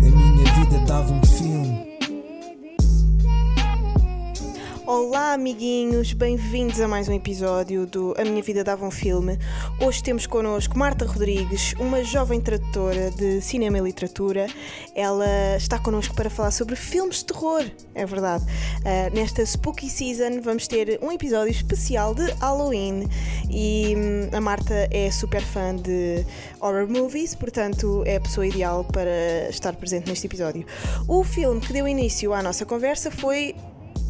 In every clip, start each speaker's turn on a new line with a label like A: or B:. A: A minha vida dava um filme.
B: Olá, amiguinhos, bem-vindos a mais um episódio do A Minha Vida Dava um Filme. Hoje temos connosco Marta Rodrigues, uma jovem tradutora de cinema e literatura. Ela está connosco para falar sobre filmes de terror, é verdade. Ah, nesta Spooky Season vamos ter um episódio especial de Halloween e hum, a Marta é super fã de horror movies, portanto é a pessoa ideal para estar presente neste episódio. O filme que deu início à nossa conversa foi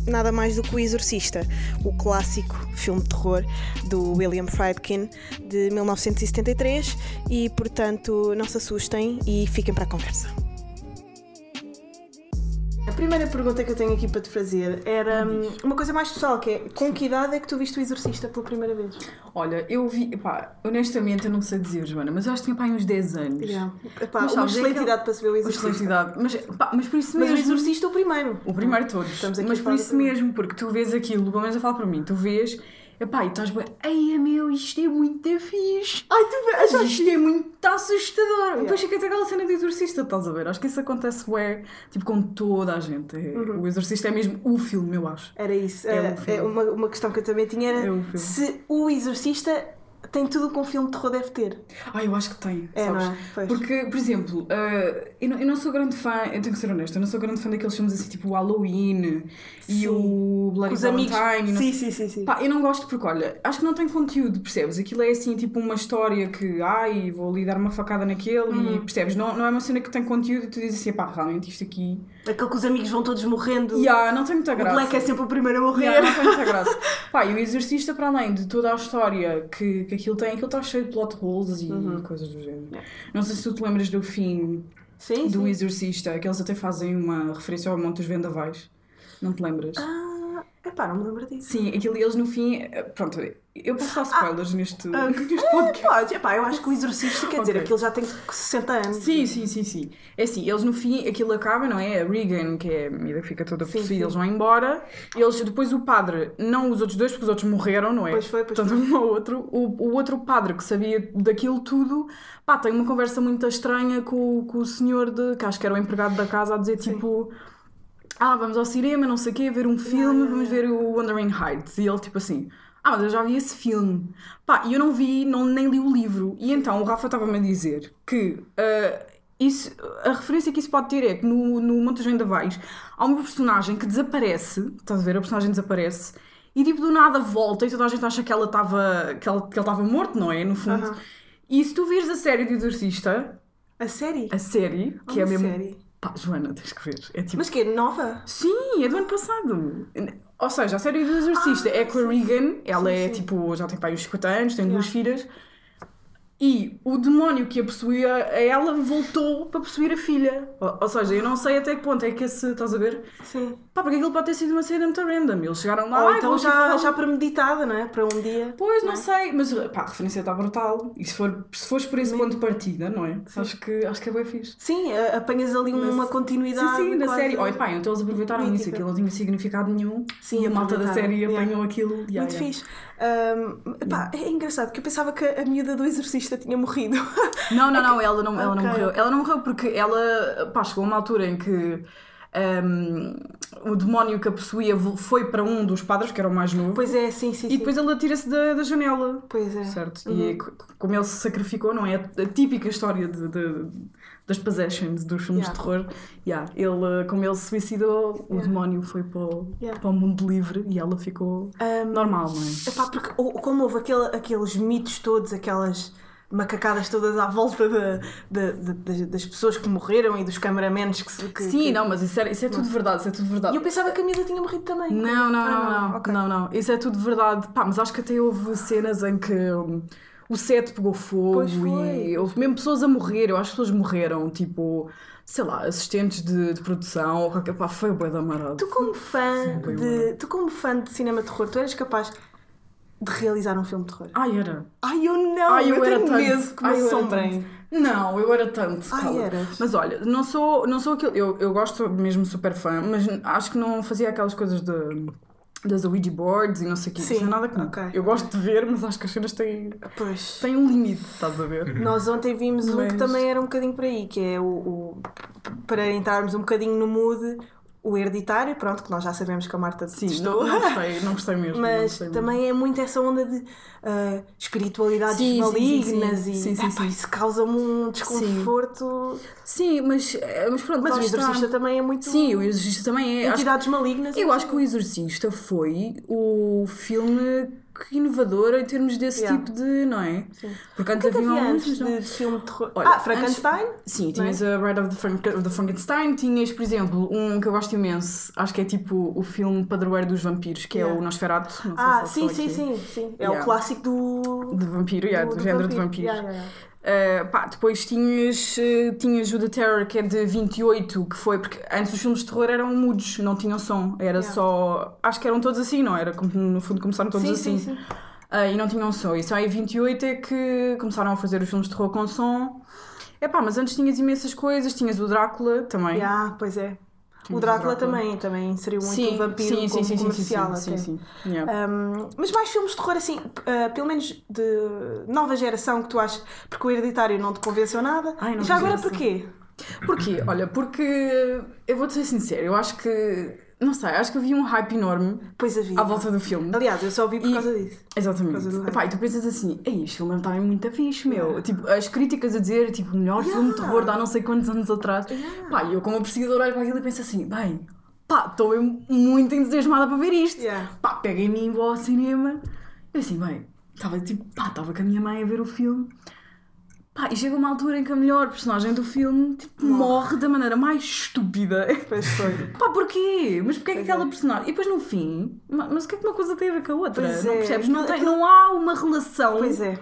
B: nada mais do que O Exorcista, o clássico filme de terror do William Friedkin de 1973 e, portanto, não se assustem e fiquem para a conversa. A primeira pergunta que eu tenho aqui para te fazer era hum, uma coisa mais pessoal, que é com que idade é que tu viste o Exorcista pela primeira vez?
C: Olha, eu vi, pá, honestamente eu não sei dizer, Joana, mas eu acho que tinha pá, aí uns 10 anos.
B: Epá, uma
C: Mas sabes, é
B: excelente
C: aquele-
B: idade para se ver o
C: Uma excelente
B: Exorcista.
C: idade. Mas, pá, mas por isso
B: Mas o
C: mesmo.
B: Exorcista é o primeiro.
C: O primeiro de todos.
B: Estamos aqui
C: mas
B: a
C: por
B: falar do
C: isso
B: primeiro.
C: mesmo, porque tu vês aquilo, pelo menos a falar para mim, tu vês, epá, e estás bem, ai meu, isto é muito fixe.
B: Ai, tu
C: Isto é muito assustador. Depois fica até aquela cena de exorcista, estás a ver? Acho que isso acontece ué, tipo com toda a gente. É,
B: Uhum.
C: O exorcista é mesmo o filme, eu acho.
B: Era isso.
C: É um
B: É,
C: filme.
B: é uma, uma questão que eu também tinha era
C: É um filme.
B: se o Exorcista tem tudo que um filme de terror deve ter.
C: Ah, eu acho que tem,
B: É,
C: sabes?
B: não é? Pois.
C: Porque, por exemplo, ah, eu, não, eu não sou grande fã, eu tenho que ser honesta, eu não sou grande fã daqueles filmes assim tipo o Halloween
B: Sim.
C: e o Bloody
B: Os amigos.
C: Valentine. e não
B: Sim, sim, sim, sim.
C: Pá, eu não gosto porque, olha, acho que não tem conteúdo, percebes? Aquilo é assim, tipo uma história que, ai, vou ali dar uma facada naquele
B: Uhum.
C: e percebes? Não, não é uma cena que tem conteúdo e tu dizes assim, pá, realmente isto aqui.
B: Aquele que os amigos vão todos morrendo.
C: E ah, não tem muita
B: O
C: graça.
B: Black é sempre o primeiro a morrer.
C: Yeah, não tem muita graça. Pá, e o Exorcista, para além de toda a história que, que aquilo tem, aquilo está cheio de plot holes e
B: Uhum.
C: coisas do género. Não sei se tu te lembras do fim
B: Sim,
C: do
B: sim.
C: Exorcista, que eles até fazem uma referência ao Monte dos Vendavais. Não te lembras?
B: Ah, epá, não me lembro disso.
C: Sim, aquilo eles no fim. eh, Pronto, eu posso dar spoilers neste,
B: Ah,
C: neste podcast.
B: Pode, epá, eu acho que o Exorcista, quer dizer,
C: Ok.
B: aquilo já tem 60 anos.
C: Sim, sim, sim, sim. É assim, eles no fim, aquilo acaba, não é? A Regan, que é a menina que fica toda
B: Sim,
C: possuída,
B: sim.
C: eles vão embora. Eles, depois o padre, não os outros dois, porque os outros morreram, não é?
B: Pois foi, pois
C: Tanto um ao outro. O, o outro padre que sabia daquilo tudo, pá, tem uma conversa muito estranha com, o- com o senhor de, que acho que era o empregado da casa, a dizer tipo. Ah, vamos ao cinema, não sei o quê, ver um filme, vamos ver o Wandering Heights. E ele, tipo assim, ah, mas eu já vi esse filme. Pá, e eu não vi, não, nem li o livro. E então o Rafa estava-me a dizer que ah, isso, a referência que isso pode ter é que no, no Montes Vendavais há uma personagem que desaparece, estás a ver? A personagem desaparece e tipo do nada volta e toda a gente acha que ela estava que ela, que ele estava morto, não é? No fundo.
B: Aham.
C: E se tu vires a série do Exorcista,
B: A série?
C: a série, que é
B: Uma
C: a mesma.
B: série.
C: Pá, Joana, tens que ver. É tipo.
B: Mas que é nova?
C: Sim, é do ano passado. Ou seja, a série do Exorcista é com a Regan, ela
B: Ah, Sim,
C: é
B: sim.
C: tipo, já tem pai uns 50 anos, tem duas filhas. E o demónio que a possuía a ela voltou para possuir a filha. Ou, ou seja, eu não sei até que ponto é que esse, estás a ver?
B: Sim.
C: Pá, porque aquilo pode ter sido uma cena muito random. Eles chegaram lá,
B: Ou
C: "Ai,
B: então
C: vou
B: já,
C: falar."
B: já premeditada, não é? Para um dia.
C: Pois, não, sei, mas pá, a referência está brutal. E se, for, se fores por esse ponto de partida, não é? Acho que, acho que é bem fixe.
B: Sim, a- apanhas ali uma continuidade.
C: Sim, sim, na
B: quase.
C: série. Olha, pá, então eles aproveitaram isso,
B: mítica.
C: aquilo não tinha significado nenhum.
B: tipo Sim,
C: e a malta da
B: aproveitaram,
C: série
B: yeah.
C: apanhou aquilo. Yeah,
B: Muito
C: yeah.
B: fixe. Ahm, epá, é engraçado, porque eu pensava que a miúda do exorcista tinha morrido.
C: Não, não, não, ela não, ela não
B: É Ok.
C: morreu. Ela não morreu porque ela, pá, chegou a uma altura em que ahm, o demónio que a possuía vo- foi para um dos padres, que era o mais novo,
B: pois é, sim, sim.
C: e
B: sim.
C: depois ele atira-se da, da janela.
B: Pois é.
C: Certo? E co- como ele se sacrificou, não é? A típica história de, de- das possessions dos filmes
B: Yeah.
C: de terror. Yeah. Ele, como ele se suicidou, o demónio foi para o,
B: Yeah.
C: para o mundo livre e ela ficou normal, não é?
B: Epá, porque o- como houve aquele, aqueles mitos todos, aquelas macacadas todas à volta da- da- da- das- das pessoas que morreram e dos cameramans que, se- que
C: Sim,
B: que-
C: não, mas isso é, isso é tudo verdade, isso é tudo
B: E
C: verdade.
B: eu pensava que a miúda tinha morrido também.
C: Não, não,
B: Ah,
C: não, não,
B: ok.
C: não, não. Isso é tudo verdade. Pá, mas acho que até houve cenas em que hum, o set pegou fogo
B: Pois foi.
C: e houve mesmo pessoas a morrer. Eu acho que pessoas morreram, tipo, sei lá, assistentes de, de produção ou qualquer. Pá, foi o bué da marada.
B: Tu como fã
C: bem
B: de. Tu como fã de cinema de terror, tu eras capaz de realizar um filme de terror?
C: Ai, era.
B: Ai, eu não!
C: Ai, eu, era
B: tenho
C: tanto.
B: medo que me
C: Ai, eu era
B: assombrem.
C: tanto. Não, eu era tanto.
B: Ai,
C: Paula.
B: eras.
C: Mas olha, não sou, não sou aquilo. Eu, eu gosto mesmo super fã, mas acho que não fazia aquelas coisas de. das Ouija boards e não sei o quê.
B: Sim,
C: Isso não é nada que não.
B: ok.
C: Eu gosto de ver, mas acho que as cenas têm,
B: Pois.
C: têm um limite, estás a ver?
B: Nós ontem vimos um que
C: Mas-
B: também era um bocadinho por aí, que é o, o- Para entrarmos um bocadinho no mood, o hereditário, pronto, que nós já sabemos que a Marta
C: Sim,
B: detestou.
C: não, não gostei, não gostei mesmo. não
B: Mas
C: gostei mesmo.
B: também é muito essa onda de ah, espiritualidades
C: Sim, sim,
B: malignas
C: sim, sim.
B: e
C: Sim, sim,
B: epá,
C: sim.
B: isso causa-me um desconforto.
C: Sim, mas, eh, mas pronto,
B: Mas
C: lá
B: o
C: está.
B: exorcista também é muito
C: Sim, o Exorcista também é. acho
B: entidades malignas.
C: Eu acho que O Exorcista foi o filme que inovador em termos desse
B: Yeah.
C: tipo de. não é? Porque
B: O que
C: antes
B: é que
C: havia
B: havia
C: alguns.
B: antes
C: mas não.
B: de filme de terror?
C: Olha,
B: ah, Frankenstein?
C: Sim,
B: não é?
C: tinhas a Bride of the, Frank- of the Frankenstein, tinhas, por exemplo, um que eu gosto imenso, acho que é tipo o filme padroeiro dos vampiros, que é
B: Yeah.
C: o Nosferatu. não sei
B: Ah,
C: se ele
B: sim,
C: falou
B: sim,
C: aqui.
B: sim, sim. É o
C: Yeah.
B: clássico do.
C: De vampiro, yeah, do, género de vampiro.
B: Yeah, yeah, yeah.
C: Uh, pá, depois tinhas, uh, tinhas o The Terror, que é de 28, que foi porque antes os filmes de terror eram mudos, não tinham som, era
B: Yeah.
C: só. Acho que eram todos assim, não? Era como no fundo começaram todos
B: Sim,
C: assim.
B: sim, sim.
C: Ah, e não tinham som. E só em 28 é que começaram a fazer os filmes de terror com som. Epá, mas antes tinhas imensas coisas, tinhas o Drácula também.
B: Yeah, pois é. O
C: o
B: Drácula
C: Drácula.
B: também, também inseriu muito o vampiro como
C: sim, sim, sim, sim,
B: comercial.
C: sim, sim,
B: até.
C: sim. Yeah.
B: Um, mas mais filmes de terror assim, uh, pelo menos de nova geração que tu achas, porque o hereditário não te convenceu nada.
C: Ai,
B: e
C: nova
B: já agora
C: geração.
B: porquê?
C: Porquê? Olha, porque eu vou-te ser sincero, eu acho que. Não sei, acho que havia um hype enorme
B: Pois havia.
C: à volta do filme.
B: Aliás, eu só vi por
C: Ah, E-
B: causa disso. Por
C: Exatamente.
B: causa do hype.
C: Epá, e tu pensas assim, ei, este filme está muito fixe, meu. Tipo, as críticas a dizer, tipo, o melhor filme de
B: Yeah.
C: terror de há não sei quantos anos atrás.
B: Yeah.
C: Pá, e eu como apreciadora olho para aquilo e penso assim, bem, pá, estou eu muito entusiasmada para ver isto.
B: Yeah.
C: Pá, pega em mim, vou ao cinema. Eu assim, bem, estava tipo, pá, estava com a minha mãe a ver o filme. Pá, e chega uma altura em que a melhor personagem do filme, tipo, morre da maneira mais estúpida.
B: Pois foi.
C: Pá, porquê? Mas porquê é que
B: Pois
C: aquela
B: é.
C: personagem. E depois no fim, ma- mas o que é que uma coisa tem a ver com a outra?
B: Pois
C: não
B: é.
C: percebes? Não, tem-
B: Aquilo-
C: não há uma relação.
B: pois é.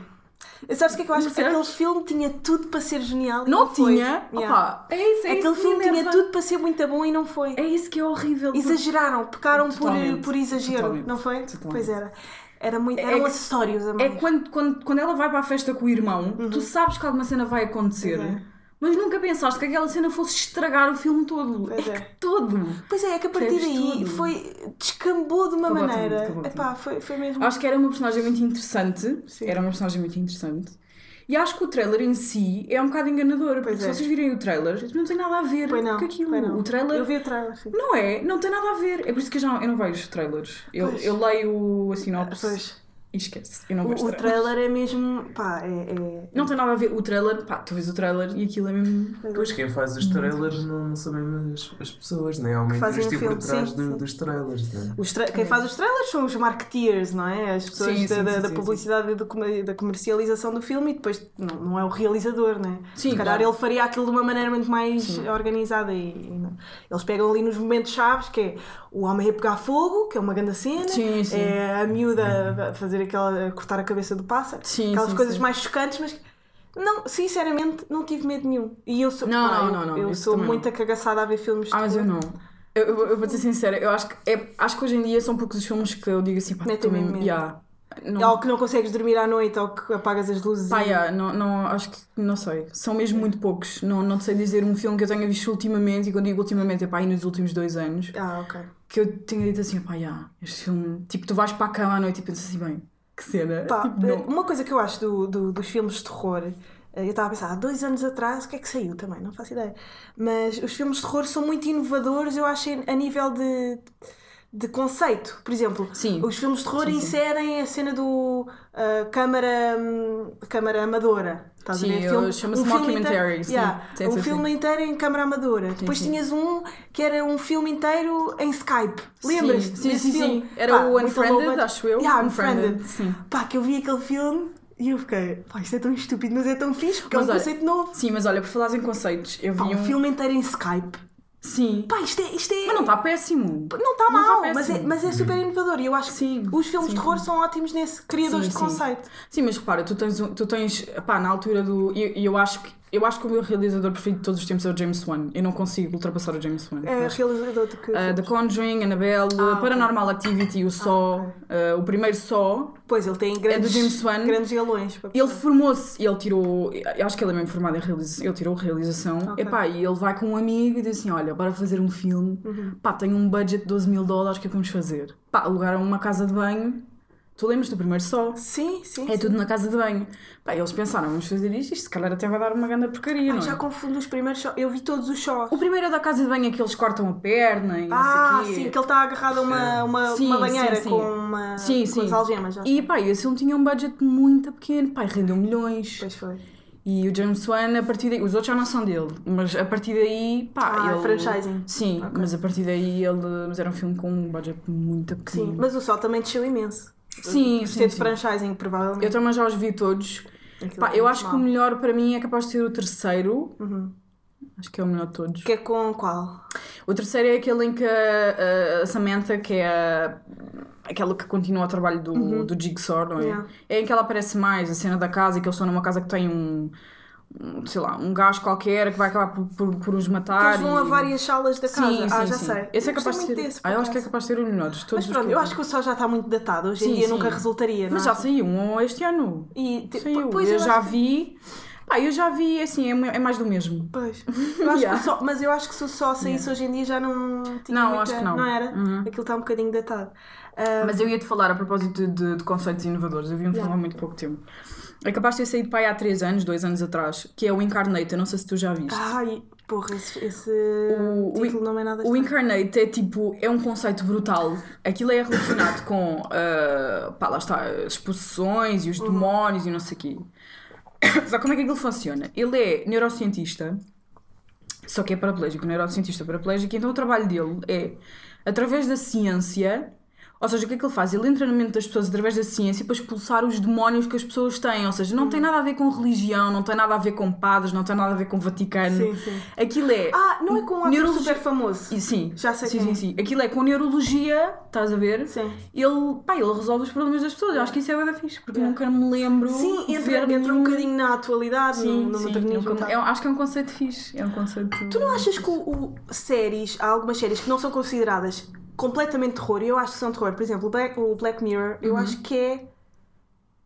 B: Sabes o que é que eu acho?
C: Não
B: que
C: sabes?
B: Aquele filme tinha tudo para ser genial. e
C: Não
B: foi.
C: tinha.
B: Yeah.
C: Opa, é isso, é isso.
B: Aquele
C: que
B: filme
C: me
B: tinha
C: enerva.
B: tudo para ser muito bom e não foi.
C: É isso que é horrível.
B: Exageraram, pecaram por, eh,
C: Totalmente.
B: por exagero,
C: Totalmente.
B: não foi?
C: Totalmente.
B: Pois era. Era muito,
C: É
B: eram
C: que-
B: acessórios a
C: É
B: mais.
C: quando, quando, quando ela vai para a festa com o irmão, tu sabes que alguma cena vai acontecer.
B: Uhum. Pois é.
C: Mas nunca pensaste que aquela cena fosse estragar o filme todo.
B: Pois
C: é,
B: é.
C: que todo.
B: Pois é, é que a partir
C: Percebes
B: daí
C: tudo.
B: foi descambou de uma
C: Completamente,
B: maneira.
C: completamente.
B: Epá, foi, foi mesmo.
C: Acho que era uma personagem muito interessante.
B: Sim.
C: Era uma personagem muito interessante. E acho que o trailer em si é um bocado enganador. Porque
B: Pois é.
C: se vocês virem o trailer, tipo, não tem nada a ver
B: Pois não,
C: com aquilo.
B: pois não.
C: O trailer
B: Eu vi o trailer. sim.
C: não é, não tem nada a ver. É por isso que eu, já, eu não vejo trailers. Eu,
B: Pois.
C: eu leio a sinopse
B: Pois.
C: e esquece. Eu não
B: O,
C: vejo
B: o
C: trailers.
B: trailer é mesmo. pá, é. é-
C: Não tem nada a ver. O trailer, pá, tu vês o trailer e aquilo é mesmo.
D: Pois quem faz os trailers não, não são mesmo as, as pessoas, né? Há uma
B: Que fazem
C: um
D: indústria
B: o filme,
D: por trás
B: sim,
D: do-
B: sim.
D: dos trailers, né?
B: os tra- Quem faz os trailers são os marketeers, não é? As pessoas
C: Sim,
B: da,
C: sim,
B: da-
C: sim,
B: da
C: sim,
B: publicidade e do com- da comercialização do filme e depois não, não é o realizador, não é? Se
C: Sim,
B: calhar
C: claro.
B: ele faria aquilo de uma maneira muito mais organizada e, e não. eles pegam ali nos momentos chaves que é o homem a pegar fogo, que é uma grande cena,
C: Sim, sim.
B: é a miúda a fazer aquela a cortar a cabeça do pássaro,
C: Sim,
B: aquelas
C: sim,
B: coisas
C: sim.
B: mais chocantes, mas não, sinceramente não tive medo nenhum. E eu sou,
C: Não,
B: pá,
C: não,
B: eu,
C: não, não,
B: eu
C: isso
B: sou
C: também não.
B: muito acagaçada a ver filmes de
C: Ah, mas eu
B: terror.
C: não. Eu, eu, eu vou ser sincera, eu acho que, é, acho que hoje em dia são poucos os filmes que eu digo assim, pá,
B: Metem
C: estou
B: mesmo
C: mesmo.
B: medo.
C: Yeah. Não, é.
B: Ou que não consegues dormir à noite ou que apagas as luzes.
C: Pá,
B: e-
C: yeah, não, não, acho que, não sei, são mesmo muito poucos. Não, não sei dizer um filme que eu tenha visto ultimamente, e quando digo ultimamente é pá, aí nos últimos dois anos,
B: Ah, ok.
C: que eu tenha dito assim, pá, yeah, este filme, tipo, tu vais para a cama à noite e pensas assim, bem, que cena.
B: Pá, eh,
C: tipo, não.
B: uma coisa que eu acho do- do- dos filmes de terror, eh, eu estava a pensar, há dois anos atrás, o que é que saiu também? Não faço ideia. Mas os filmes de terror são muito inovadores, eu acho, em- a nível de, de conceito. Por exemplo,
C: Sim.
B: os filmes de terror
C: Sim, sim.
B: inserem a cena do ah, câmara, hum, câmara amadora. Estás
C: Sim,
B: a ver? um
C: eu- chama-se mockumentary, sim.
B: yeah,
C: Sim,
B: um
C: sim, sim.
B: filme inteiro em câmara amadora. Depois
C: sim.
B: tinhas um que era um filme inteiro em Skype. Lembras-te?
C: Sim,
B: desse
C: sim, sim.
B: filme?
C: Era o
B: muito
C: Unfriended,
B: low budget.
C: acho eu.
B: Yeah,
C: Unfriended,
B: Unfriended.
C: sim.
B: Pá, que eu vi aquele filme e eu fiquei, pá, isto é tão estúpido, mas é tão fixe porque
C: Mas
B: é um
C: olha,
B: conceito novo.
C: Sim, mas olha, por falar em conceitos, eu vi
B: Pá, um
C: um.
B: filme inteiro em Skype.
C: Sim.
B: Pá, isto é. Isto é...
C: Mas não está péssimo.
B: Não está
C: não tá
B: mal,
C: péssimo.
B: mas, é, mas é super inovador e eu acho
C: Sim,
B: que os filmes de
C: sim.
B: terror são ótimos nesse, criadores
C: Sim,
B: de
C: sim.
B: conceito.
C: Sim, mas repara, tu tens, um- tu tens pá, na altura do. E eu, eu acho que Eu acho que o meu realizador preferido de todos os tempos é o James Wan. Eu não consigo ultrapassar o James Wan.
B: É
C: acho.
B: realizador de que.
C: Ah, The Conjuring, Annabelle,
B: Ah,
C: Paranormal Activity, o Só, ah, o primeiro Só.
B: Pois, ele tem
C: É do
B: grandes,
C: James Wan.
B: grandes galões. para
C: Ele
B: perceber.
C: formou-se, ele tirou, eu acho que ele é mesmo formado em realização, ele tirou realização,
B: Ok.
C: epá, e ele vai com um amigo e diz assim, olha, bora fazer um filme,
B: Uhum.
C: pá, tenho um budget de 12 mil dólares, o que é que vamos fazer? Pá, alugaram uma casa de banho, tu lembras do primeiro sol?
B: Sim, sim.
C: É
B: sim.
C: tudo na casa de banho. Pá, eles pensaram, vamos fazer isto, isto se calhar até vai dar uma grande porcaria,
B: Ai,
C: não é?
B: Ah, já confundo os primeiros só. Eu vi todos os só.
C: O primeiro é da casa de banho é que eles cortam a perna e
B: Ah,
C: não sei o quê.
B: sim, que ele está agarrado a uma, uma,
C: Sim,
B: uma banheira
C: sim, sim.
B: com uma
C: Sim,
B: com
C: sim.
B: as algemas. Já.
C: E pá, esse filme tinha um budget muito pequeno, pá, e rendeu milhões.
B: Pois foi.
C: E o James Wan, a partir daí, os outros já não são dele, mas a partir daí, pá,
B: Ah,
C: ele...
B: franchising.
C: Sim,
B: Ok.
C: mas a partir daí ele... Mas era um filme com um budget muito
B: Sim,
C: pequeno.
B: mas o sol também desceu imenso.
C: Sim,
B: Por
C: sim,
B: ser de
C: sim.
B: franchising,
C: Eu
B: provavelmente.
C: também já os vi todos.
B: Aquilo
C: Pá,
B: é
C: eu
B: muito
C: acho que o
B: mau.
C: melhor para mim é capaz de ser o terceiro.
B: Uhum.
C: Acho que é o melhor de todos.
B: Que é com qual?
C: O terceiro é aquele em que a, a- a Samantha, que é a- aquela que continua o trabalho do, do Jigsaw, não é?
B: Uhum. Yeah.
C: É em que ela aparece mais, a cena da casa, e que eles estão numa casa que tem um, um, sei lá, um gajo qualquer que vai acabar por, por, por os matar.
B: Eles vão
C: e-
B: a várias salas da casa.
C: Sim,
B: ah,
C: sim,
B: já
C: sim.
B: sei.
C: Esse é
B: Eu gostei
C: capaz de ser.
B: muito desse, por
C: ah, eu acho que é
B: acaso.
C: capaz de ser o melhor de todos
B: Mas
C: os
B: pronto,
C: que
B: eu acho que o sol já está muito datado. Hoje em
C: Sim,
B: dia
C: sim.
B: nunca resultaria,
C: Mas
B: não
C: já
B: é?
C: saiu um este ano.
B: E, te-
C: Saiu.
B: Pois,
C: eu já
B: acho-
C: vi. Pá, eu já vi, assim, é, mu- é mais do mesmo.
B: Pois. Eu acho
C: Yeah.
B: que o sol- mas eu acho que se o sol saísse hoje em dia já não tinha
C: Não,
B: muita-
C: acho que não.
B: era?
C: Uhum.
B: Aquilo está um bocadinho datado. Ah,
C: Mas é eu ia-te falar a propósito de, de conceitos inovadores, eu vi um filme há muito pouco tempo. É capaz de ter saído para aí há 3 anos, 2 anos atrás, que é o Incarnate, eu não sei se tu já viste.
B: Ai, porra, esse, esse
C: O- o
B: título
C: in-
B: não é nada estranho.
C: O Incarnate é tipo, é um conceito brutal. Aquilo é relacionado com, ah, pá, lá está, as possessões e os
B: Uhum.
C: demónios e não sei o quê. Só como é que aquilo funciona? Ele é neurocientista, só que é paraplégico, neurocientista paraplégico, então o trabalho dele é, através da ciência, ou seja, o que é que ele faz? Ele entra na mente das pessoas através da ciência para expulsar os demónios que as pessoas têm, ou seja,
B: Uhum.
C: não tem nada a ver com religião, não tem nada a ver com padres, não tem nada a ver com Vaticano.
B: Sim, sim.
C: Aquilo é.
B: Ah, não é com um ator
C: Neurologi-
B: super famoso.
C: E Sim,
B: Já sei
C: sim,
B: quem é.
C: sim, sim. Aquilo é com neurologia, estás a ver?
B: Sim.
C: Ele, pá, ele resolve os problemas das pessoas. Eu acho que isso é bem fixe, porque nunca me lembro.
B: Sim,
C: de
B: entra,
C: ver
B: entra um
C: nenhum-
B: bocadinho assim na atualidade,
C: Sim,
B: no, no
C: sim,
B: modernismo.
C: é um
B: e
C: con-
B: tal.
C: é um- acho que é um conceito fixe. É um conceito.
B: Tu não achas que o, o- séries, há algumas séries que não são consideradas completamente terror, e eu acho que são terror. Por exemplo, o Black, o Black Mirror,
C: Uhum.
B: eu acho que é,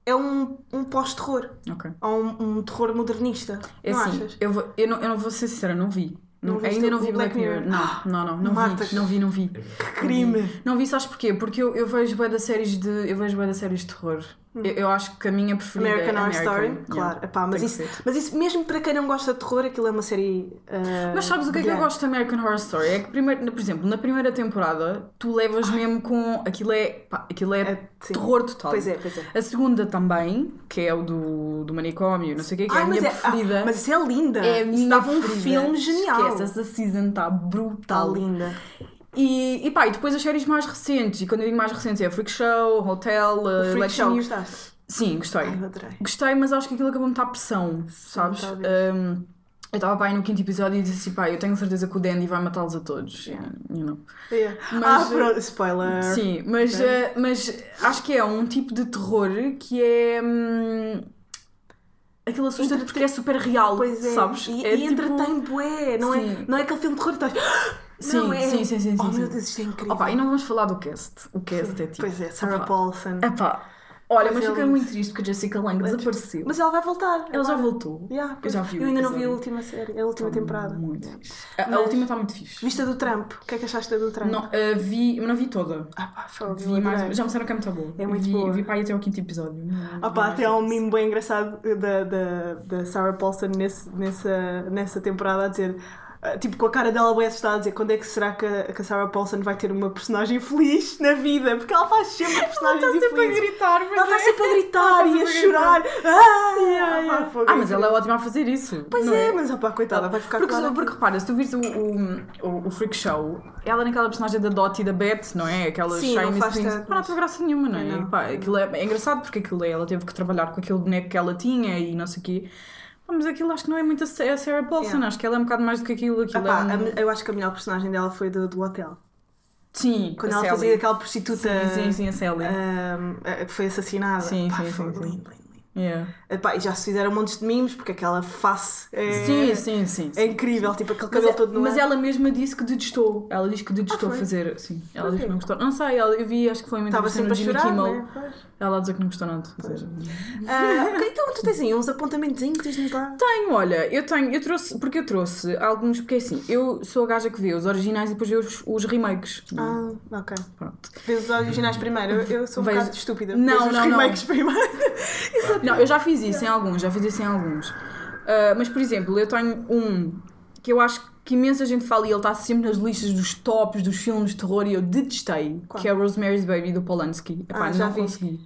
B: é um, um pós-terror.
C: Ok.
B: Ou um, um terror modernista.
C: É
B: não
C: assim,
B: achas?
C: eu, vou, eu, não, eu não vou ser sincera, não vi. Não-
B: Não viste
C: ainda
B: o-
C: não vi
B: o
C: Black,
B: Black
C: Mirror.
B: Mirror?
C: Não, não, não, não
B: Marta.
C: vi. Não vi, não vi.
B: Crime!
C: Não vi, sabes porquê? Porque eu, eu vejo bem das séries de. Eu vejo bem das séries de terror. Eu, eu acho que a minha preferida
B: Hum. American
C: é
B: Horror
C: American.
B: Story,
C: Yeah.
B: claro. Epá, mas,
C: Tem que
B: isso,
C: ser.
B: mas isso, mesmo para quem não gosta de terror, aquilo é uma série. ah,
C: Mas sabes o que é que eu
B: brilhante.
C: gosto de American Horror Story? É que, primeiro, na- por exemplo, na primeira temporada, tu levas mesmo com. Aquilo é. pá, aquilo é,
B: Ah. É, sim.
C: terror total.
B: Pois é, pois é.
C: A segunda também, que é o do, do manicômio, não sei o que, que é
B: Ai,
C: a minha
B: mas, é,
C: preferida.
B: ah, mas isso é linda!
C: É a
B: Isso
C: minha
B: dava um
C: preferida.
B: filme genial! Tá
C: Esquece, é essa season está
B: Está
C: brutal.
B: linda!
C: e, e pá, e depois as séries mais recentes, e quando eu digo mais recentes é Freak Show, Hotel,
B: O
C: uh,
B: Freak
C: Election
B: Show,
C: Years.
B: gostaste?
C: Sim, gostei.
B: Ai, eu adorei.
C: Gostei, mas acho que aquilo acabou-me de dar pressão, sabes?
B: talvez.
C: Um, eu estava pá aí no quinto episódio e disse assim, pá, eu tenho certeza que o Dandy vai matá-los a todos. E- e não.
B: Yeah.
C: É, Mas, eh,
B: ah, pronto, spoiler.
C: Sim, mas, eh, mas acho que é um tipo de terror que é. Hum, aquilo assusta porque é super real,
B: Pois é.
C: sabes?
B: E,
C: É
B: e
C: tipo-
B: entretém bué. Não é,
C: Sim.
B: não é aquele filme de terror que estás.
C: Sim,
B: não é.
C: sim, sim, sim,
B: Oh
C: sim,
B: meu
C: sim.
B: Deus, isto é incrível.
C: Opa, e não vamos falar do cast. O cast é tipo.
B: Pois é, Sarah
C: opa,
B: Paulson.
C: epá, olha,
B: Mas
C: mas
B: é
C: fiquei
B: lindo.
C: muito triste porque a Jessica Lange desapareceu.
B: Mas ela vai voltar.
C: ela já
B: agora.
C: voltou.
B: Yeah,
C: eu
B: pois.
C: já vi o
B: Eu ainda não vi a
C: episódio.
B: última série, a última temporada.
C: Muito
B: Yeah.
C: fixe. A, a última está muito fixe.
B: Vista do Trump. O que é que achaste da do Trump?
C: Não, eh, vi, mas não vi toda.
B: Ah pá, fogo, eu
C: Vi mais,
B: adorei.
C: já me disseram que é muito boa.
B: É muito
C: vi,
B: boa.
C: Vi para aí até ao quinto episódio. Não- é assim.
B: Ah pá,
C: não-
B: até há um meme bem engraçado da, da, da Sarah Paulson nesse, nessa, nessa temporada a dizer. ah, Tipo, com a cara dela bem assustada, a dizer quando é que será que a, que a Sarah Paulson vai ter uma personagem feliz na vida? Porque ela faz sempre personagens
C: Está sempre a
B: infelizes.
C: gritar, mas
B: Ela está
C: é.
B: sempre a gritar
C: Ela
B: e
C: tá
B: a
C: sempre a
B: chorar. Ah, ah, pá, fogo,
C: Ah, mas
B: incrível.
C: ela é ótima a fazer isso.
B: Pois
C: não
B: é, mas ah pá, coitada, vai ficar
C: Porque,
B: clara.
C: se- porque repara, se tu vires o, o, o- o Freak Show, ela é naquela personagem da Dot e da Beth, não é? Aquelas
B: Sim, não
C: Miss
B: faz
C: Things.
B: tanto,
C: Pá, não
B: mas-
C: tem graça nenhuma, não é?
B: Não.
C: Pá, aquilo é, é engraçado porque aquilo é, ela teve que trabalhar com aquele boneco que ela tinha e não sei o quê. Pá, Mas aquilo acho que não é muito a Sa- a Sarah Paulson,
B: Yeah.
C: acho que ela é um bocado mais do que aquilo.
B: Ah
C: aquilo
B: pá,
C: é um-
B: a me- eu acho que a melhor personagem dela foi do, do hotel.
C: Sim,
B: Quando
C: a
B: ela
C: Sally.
B: fazia aquela prostituta
C: Sim, sim, sim, a Sally.
B: ah, ah, que foi assassinada.
C: Sim,
B: Pá,
C: sim, sim,
B: foi
C: sim.
B: lindo, lindo, lindo.
C: Yeah.
B: Epá, e já se fizeram montes de mimos, porque aquela face é,
C: Sim, sim, sim.
B: é
C: sim.
B: incrível, tipo aquele
C: Mas, é-
B: cabelo todo no
C: mas
B: ar. Ah,
C: ela mesma disse que detestou. Ela diz que detestou
B: foi?
C: fazer. Sim, ela diz
B: quê?
C: que não gostou. Não sei, ela, eu vi, acho que foi uma
B: estava
C: entrevista
B: sempre
C: no
B: a
C: é Jimmy
B: chorar.
C: Kimmel.
B: Né? Pois.
C: Ela dizer que não gostou nada. Ou seja,
B: Ah, ok, então tu tens aí uns apontamentozinhos, diz-nos lá.
C: Tenho, olha, eu tenho, eu trouxe, porque eu trouxe alguns, porque assim, eu sou a gaja que vê os originais e depois vê os, os remakes.
B: Ah, ok.
C: Pronto.
B: Vês os originais primeiro? Eu- Eu sou um
C: Vejo-
B: bocado estúpida.
C: Não,
B: Vejo os
C: não, não.
B: remakes primeiro.
C: Não, eu já fiz isso em alguns, já fiz isso em alguns. Ah, mas, por exemplo, eu tenho um que eu acho que imensa gente fala e ele está sempre nas listas dos tops dos filmes de terror e eu detestei,
B: Qual?
C: que é Rosemary's Baby do Polanski. Epá,
B: Ah,
C: não
B: já vi.
C: consegui.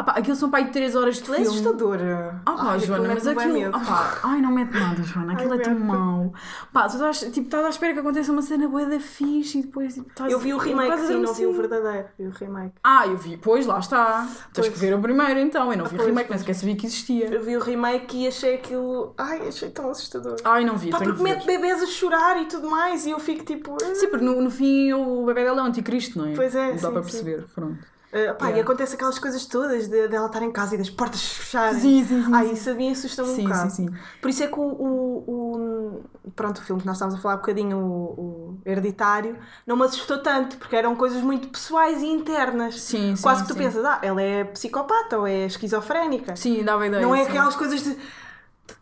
C: Epá, aqueles são para aí 3 horas de
B: Ele é
C: filme.
B: assustador. é
C: Ah pá, Joana, mas aquilo. Ah, pá, ai, não mete nada, Joana, aquilo
B: Ai,
C: é tão
B: mete.
C: mau. Pá, tu estás, tipo, estás à espera que aconteça uma cena boa da fixe e depois. Tipo, estás,
B: Eu vi o remake,
C: quase um
B: sim, não vi o
C: adormeci.
B: verdadeiro. Vi o remake.
C: Ah, eu vi, pois, lá está. Tens
B: Pois.
C: que ver o primeiro então. Eu não vi o
B: pois,
C: remake, nem sequer sabia que existia.
B: Eu vi o remake e achei aquilo. Ai, achei tão assustador.
C: Ai, não vi.
B: Pá,
C: tenho
B: porque
C: que ver.
B: mete bebês a chorar e tudo mais e eu fico tipo. ah.
C: Sim, porque no, no fim o bebê dela é um anticristo, não é?
B: Pois é,
C: Não dá
B: sim,
C: para
B: sim.
C: perceber, pronto.
B: Ah, pá,
C: Yeah.
B: e acontece aquelas coisas todas de- dela estar em casa e das portas se fecharem.
C: Sim, sim, sim.
B: Ai, isso a mim assusta-me um
C: sim,
B: bocado.
C: sim, sim.
B: Por isso é que o, o- o- pronto, o filme que nós estávamos a falar há bocadinho, o, o Hereditário, não me assustou tanto, porque eram coisas muito pessoais e internas.
C: Sim, sim,
B: Quase que tu
C: sim.
B: pensas, ah, ela é psicopata ou é esquizofrénica.
C: Sim, dava ideia.
B: não é
C: sim.
B: aquelas coisas de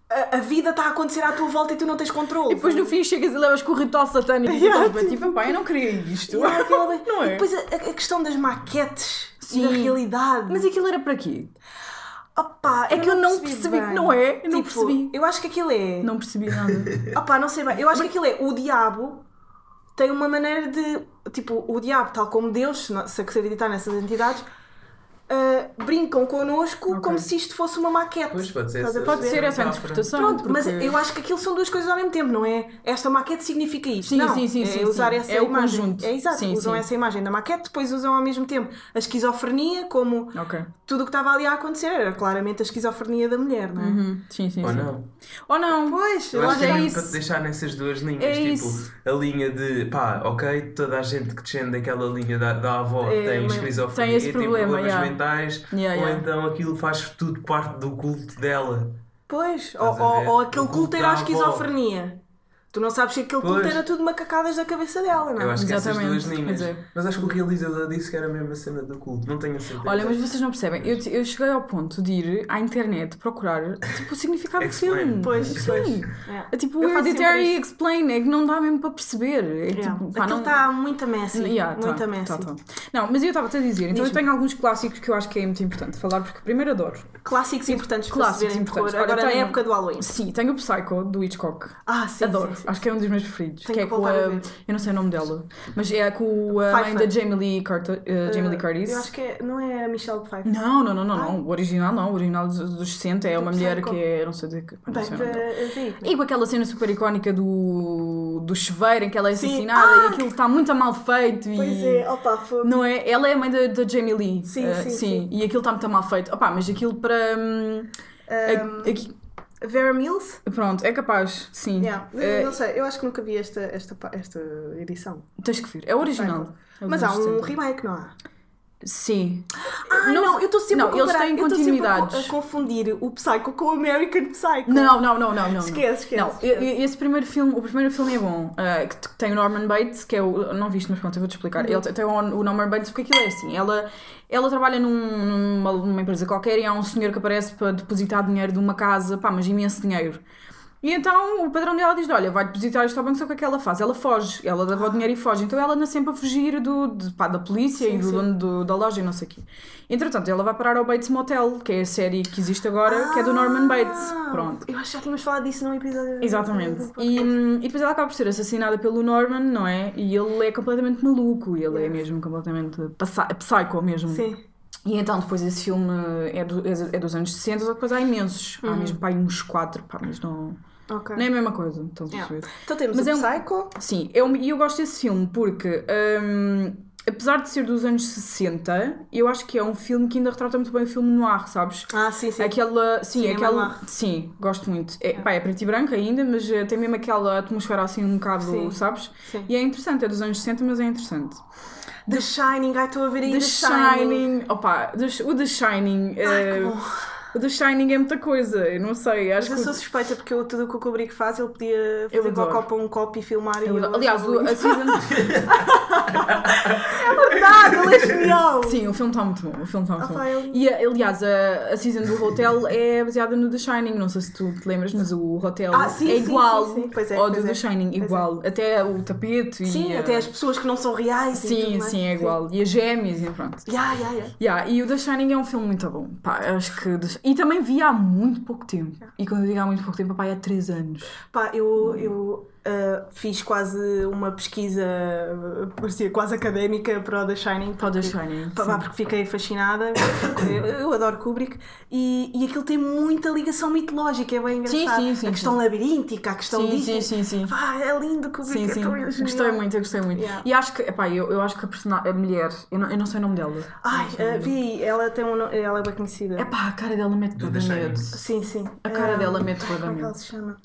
B: a, a vida está a acontecer à tua volta e tu não tens controle.
C: E depois no fim chegas e levas com o ritual satânico e estás tipo, pá, eu não queria isto.
B: Ah, aquela-
C: Não
B: E
C: é?
B: depois a, a questão das maquetes
C: Sim.
B: e da realidade.
C: Mas aquilo era para quê?
B: Opá,
C: É que eu não percebi,
B: bem.
C: não é? Eu não
B: Tipo,
C: percebi.
B: Eu acho que aquilo é.
C: Não percebi nada.
B: Opá, não sei bem. Eu acho que aquilo é. O diabo tem uma maneira de. Tipo, o diabo, tal como Deus, se não- se acreditar nessas entidades, ah, brincam connosco
C: Ok.
B: como se isto fosse uma maquete.
D: Pois pode ser.
B: Estás a
D: essa-
C: Pode ser essa a
D: metáfora.
C: interpretação.
B: Pronto, mas
C: porque-
B: eu acho que aquilo são duas coisas ao mesmo tempo, não é? Esta maquete significa isto.
C: Sim,
B: não,
C: sim, sim,
B: É
C: sim,
B: usar
C: sim.
B: essa
C: É o
B: imagem.
C: conjunto.
B: É exato.
C: Sim,
B: usam
C: sim.
B: essa imagem da maquete, depois usam ao mesmo tempo a esquizofrenia, como
C: Ok.
B: tudo o que estava ali a acontecer era claramente a esquizofrenia da mulher, não é?
C: Uhum. Sim, sim,
D: Ou
C: sim.
D: não?
C: Ou não.
B: Pois,
D: Eu
B: lá
D: acho que
C: é
D: é
C: isso.
D: para te deixar nessas duas linhas,
C: É
D: tipo,
C: isso.
D: a linha de pá, ok, toda a gente que descende daquela linha da, da avó
B: É,
D: tem
B: mas-
D: esquizofrenia, tipo,
C: tem esse problema,
D: problemas
C: yeah.
D: mentais,
C: Yeah,
D: ou
C: yeah.
D: então aquilo faz tudo parte do culto dela.
B: Pois,
D: a
B: ou, ou,
D: ver?
B: ou
D: O
B: aquele
D: culto
B: culto era a
D: da avó.
B: esquizofrenia. Tu não sabes se aquele culto
D: Pois.
B: era tudo macacadas da cabeça dela, não é?
D: Eu acho que essas
C: Ah, Exatamente,
D: duas
C: quer
D: linhas.
C: dizer-
D: Mas acho que o realizador disse que era mesmo a cena do culto, não tenho a certeza.
C: Olha, mas vocês não percebem. Eu, eu cheguei ao ponto de ir à internet procurar tipo, o significado do
D: Explain.
C: filme.
B: Pois,
C: Sim.
B: É.
C: É tipo,
B: Eu faço sempre
C: Hereditary
B: isso.
C: Explain, é que não dá mesmo para perceber. É
B: Yeah.
C: tipo,
B: Aquilo tá
C: pá,
B: assim,
C: não...
B: está muita messy.
C: Yeah, tá,
B: muita messy.
C: tá, tá. Não, mas eu estava a dizer, então eu
B: assim. Diz-me.
C: tenho alguns clássicos que eu acho que é muito importante falar, porque primeiro adoro.
B: Clássicos importantes
C: Clássicos
B: para se verem de
C: importantes.
B: cor.
C: Olha,
B: Agora na
C: tenho-
B: época do Halloween.
C: Sim, tenho o Psycho do Hitchcock.
B: Ah, sim.
C: Adoro,
B: sim, sim.
C: acho que é um dos meus preferidos.
B: Tenho
C: que é
B: que
C: com
B: voltar
C: a.
B: a ver.
C: Eu não sei o nome dela, mas é com a mãe
B: Pfeiffer.
C: da Jamie Lee, Curti- eh, Jamie Lee
B: Uh,
C: Curtis.
B: Eu acho que é- não é a Michelle Pfeiffer.
C: Não, não, não, não, não. O original não. O original dos, dos 60 é uma
B: Tipo
C: mulher
B: Psycho.
C: que é. Não sei de que. Não
B: Bem,
C: sei o nome dela.
B: eh, vi.
C: E com aquela cena super icónica do, do chuveiro em que ela é
B: Sim.
C: assassinada
B: Ah!
C: e aquilo está muito mal feito. e-
B: Pois é, opa, foi.
C: Não é? Ela é a mãe da, da Jamie Lee.
B: Sim,
C: eh,
B: sim, sim.
C: E aquilo está muito mal feito. Opá, mas aquilo para. hum, a-
B: Um,
C: aqui-
B: Vera Mills?
C: pronto, é capaz, sim.
B: Yeah.
C: Eh,
B: não sei, eu acho que nunca vi esta, esta, pa- esta edição.
C: tens que ver. É o original. É o
B: Mas há um
C: 60.
B: remake, não há?
C: Sim.
B: Ah, não, eu estou sempre
C: não,
B: a comparar,
C: eles têm
B: eu tô sempre a co-
C: continuidades.
B: a confundir o Psycho com o American Psycho.
C: Não, não, não, não, não.
B: Esquece, esquece,
C: Não,
B: esquece.
C: e- e- esse primeiro filme, o primeiro filme é bom, ah, que t- tem o Norman Bates, que é o, não viste, mas pronto, eu vou-te
B: Uhum.
C: explicar. Ele t- tem o, o Norman Bates porque aquilo é assim, ela, ela trabalha num- numa, numa empresa qualquer e há um senhor que aparece para depositar dinheiro de uma casa, pá, mas imenso dinheiro. E então o padrão dela diz olha, vai depositar isto ao banco, só que o que é que ela faz? Ela foge, ela
B: Ah.
C: leva o dinheiro e foge. Então ela anda sempre a fugir do, de- pá, da polícia e do dono do- da loja e não sei o quê. Entretanto, ela vai parar ao Bates Motel, que é a série que existe agora, que é do Norman Bates.
B: Ah,
C: Pronto.
B: Eu acho que já tínhamos falado disso num episódio.
C: Exatamente.
B: do-
C: E, hum, e depois ela acaba por ser assassinada pelo Norman, não é? E ele é completamente maluco, ele é
B: Yeah.
C: mesmo completamente passa- psycho mesmo.
B: Sim.
C: E então depois esse filme é, do- é dos anos 60, só que depois há imensos.
B: Uhum.
C: Há mesmo pá, aí uns quatro, pá, mas não.
B: Ok.
C: Não é a mesma coisa, estão a
B: Yeah.
C: ver?
B: Então temos
C: Mas
B: o
C: é um-
B: Psycho.
C: Sim, eu- e eu, gosto desse filme porque, hum, apesar de ser dos anos 60, eu acho que é um filme que ainda retrata muito bem o filme noir, sabes?
B: Ah, sim, sim.
C: Aquela, sim,
B: Cinema
C: aquela,
B: noir.
C: sim, gosto muito. É, pá, é preto e branco ainda, mas eh, tem mesmo aquela atmosfera assim um bocado,
B: Sim.
C: sabes?
B: Sim.
C: E é interessante, é dos anos 60, mas é interessante.
B: The Shining, ai, estou a ver aí
C: The Shining, opa, The Sh- o The Shining, eh,
B: que bom.
C: O The Shining é muita coisa, eu não sei.
B: Mas
C: Acho
B: eu
C: que o-
B: sou suspeita porque eu, tudo o que o Kubrick faz, ele podia
C: Eu
B: fazer com a
C: adoro.
B: copa um copo e filmar. e
C: Eu-
B: eu
C: aliás,
B: achava
C: o- a
B: lindo.
C: season...
B: é verdade, ele é genial!
C: Sim, o filme está muito bom. O filme está muito bom.
B: Opa, eu-
C: E eh, aliás, a, a season do Hotel é baseada no The Shining. Não sei se tu te lembras, mas o Hotel
B: Ah, sim,
C: é
B: sim,
C: igual
B: sim, sim. Pois é,
C: ao do
B: pois
C: The
B: é.
C: Shining,
B: Pois é.
C: igual. Até o tapete e.
B: Sim,
C: eh,
B: até as pessoas que não são reais. e tudo
C: Sim,
B: mais.
C: sim, é igual. E as gêmeas, e pronto.
B: Ya, ya, ya.
C: Yeah, e o The Shining é um filme muito bom. Pá, acho que. The- E também vi há muito pouco tempo. E quando eu digo há muito pouco tempo, pá, é há 3 anos.
B: Pá,
C: Hum.
B: eu, eu ah, fiz quase uma pesquisa, ah, parecia quase académica para o The Shining.
C: Para o The
B: porque-
C: Shining.
B: Pá, pá,
C: sim.
B: porque fiquei fascinada, porque eu, eu adoro Kubrick e, e aquilo tem muita ligação mitológica, é bem
C: Sim,
B: engraçado.
C: sim, sim,
B: a questão
C: sim.
B: labiríntica, a questão
C: Sim,
B: disto.
C: sim, sim, sim.
B: Pá, é lindo Kubrick,
C: Sim,
B: é
C: sim.
B: tão genial.
C: Gostei muito, eu gostei muito.
B: Yeah.
C: E acho que, epá, eu, eu acho que a, persona- a mulher, eu não, eu não sei o nome dela.
B: Ai,
C: Não sei o
B: ah,
C: nome dela.
B: vi, ela tem um no- ela é bem conhecida.
C: Epá, a cara dela mete
D: Do
C: toda
D: The
C: medo.
D: Shining.
B: Sim, sim.
C: A cara
B: Ah,
C: dela mete toda
B: Como é que ela
C: medo.
B: se chama?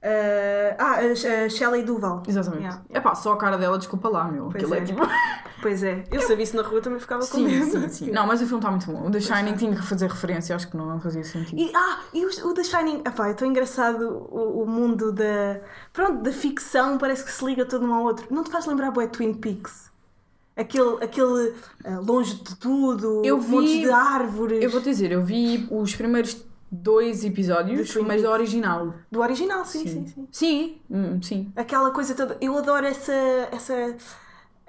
B: Ah, ah, a, a Shelley Duval.
C: Exatamente.
B: Yeah.
C: Epá, só a cara dela, desculpa lá, meu.
B: Pois
C: Aquilo é,
B: é.
C: tipo.
B: Pois é, eu se a visse na rua também ficava com
C: sim,
B: medo.
C: sim, sim. Não, mas o filme está muito bom. O The
B: é.
C: Shining tinha que fazer referência, acho que não fazia sentido.
B: E, ah, e os- o The Shining, epá, é tão engraçado o, o mundo da, pronto, da ficção, parece que se liga todo um ao outro. Não te faz lembrar, boé, Twin Peaks? Aquele, aquele ah, longe de tudo,
C: Eu vi-
B: montes de árvores,
C: Eu vou te dizer, eu vi os primeiros dois episódios,
B: Do Twin
C: mas da original.
B: do original, sim, sim, sim.
C: Sim, hum, sim.
B: Aquela coisa toda, eu adoro essa, essa,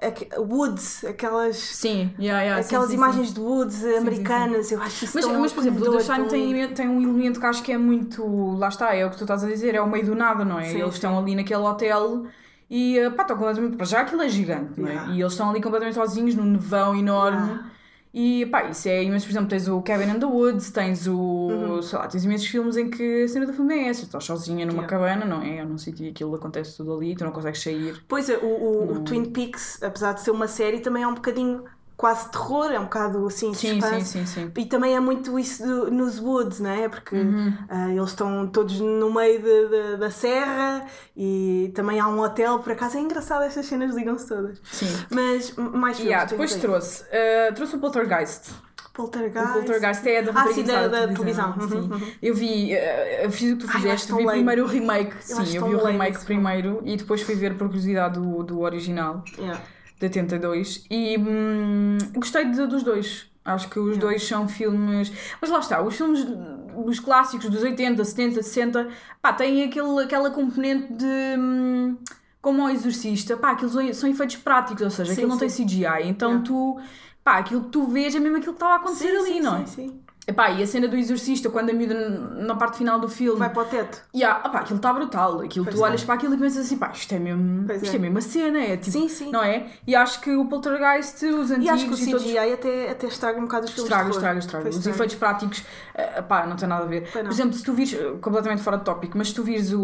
B: aque- woods, aquelas,
C: Sim, yeah, yeah, Ah, sim,
B: aquelas
C: sim, sim.
B: imagens de woods americanas, eu acho isso
C: Mas,
B: tão
C: mas, por exemplo, o The
B: acolhedor,
C: Shine
B: tão lindo.
C: tem, tem um elemento que acho que é muito. Lá está, é o que tu estás a dizer, é o meio do nada, não é?
B: Sim,
C: eles
B: sim.
C: estão ali naquele hotel e eh, pá, estão completamente. Para já aquilo é gigante, não é?
B: Yeah.
C: E eles estão ali completamente sozinhos, num nevão enorme.
B: Yeah.
C: E pá, isso é imenso. Por exemplo, tens o Cabin in the Woods, tens o.
B: Uhum.
C: sei lá, tens imensos filmes em que a cena do filme é essa. Tu estás sozinha numa
B: Yeah.
C: cabana, não é? Num sítio e aquilo acontece tudo ali, tu não consegues sair.
B: Pois é, o, o- o Twin Peaks, apesar de ser uma série, também é um bocadinho quase terror, é um bocado assim,
C: Sim, sim,
B: suspense.
C: sim, sim.
B: E também é muito isso do- nos Woods, não é? Porque
C: Uhum.
B: ah, eles estão todos no meio de- de- da serra e também há um hotel, por acaso é engraçado, estas cenas ligam-se todas.
C: Sim.
B: Mas m- mais filmes,
C: Yeah,
B: tu
C: depois
B: tens aí.
C: trouxe, eh, trouxe o Poltergeist.
B: Poltergeist.
C: O Poltergeist é da
B: Ah,
C: rapariga
B: sim,
C: que está
B: da-
C: na
B: da televisão. Uhum,
C: Sim. Eu vi, eh, eu fiz o que tu
B: Ai, eu acho
C: fizeste,
B: tão
C: vi
B: lame.
C: primeiro o remake.
B: acho
C: Sim, eu
B: tão
C: vi o
B: lame
C: remake
B: esse filme.
C: primeiro e depois fui ver por curiosidade do, do original,
B: Yeah.
C: de 82. E hum, gostei de- dos dois. Acho que os dois são filmes. Mas lá está, os filmes, os clássicos dos 80, 70, 60, pá, têm aquele, aquela componente de. hum, como ao exorcista, pá, aquilo são efeitos práticos, ou seja,
B: Sim,
C: aquilo não tem CGI. Então
B: Yeah.
C: tu, pá, aquilo que tu vês é mesmo aquilo que estava a acontecer
B: Sim,
C: ali,
B: sim,
C: não
B: sim,
C: é?
B: sim.
C: Epá, e a cena do exorcista, quando a miúda n- na parte final do filme.
B: Vai para o teto.
C: Yeah, opá, aquilo está brutal. Aquilo,
B: Pois
C: tu
B: é.
C: olhas para aquilo e pensas assim, pá, isto é mesmo,
B: Pois
C: isto
B: é.
C: é. mesmo a cena, é tipo.
B: Sim, sim.
C: Não é? E acho que o Poltergeist, os antigos
B: E acho que o
C: e todos.
B: CGI até, até estraga um bocado os filmes.
C: é Estraga,
B: de terror.
C: estraga, estraga.
B: Pois
C: Os efeitos práticos, eh, pá, não tem nada a ver.
B: Pois
C: Por
B: não.
C: exemplo, se tu vires, eh, completamente fora de tópico, mas se tu vires o,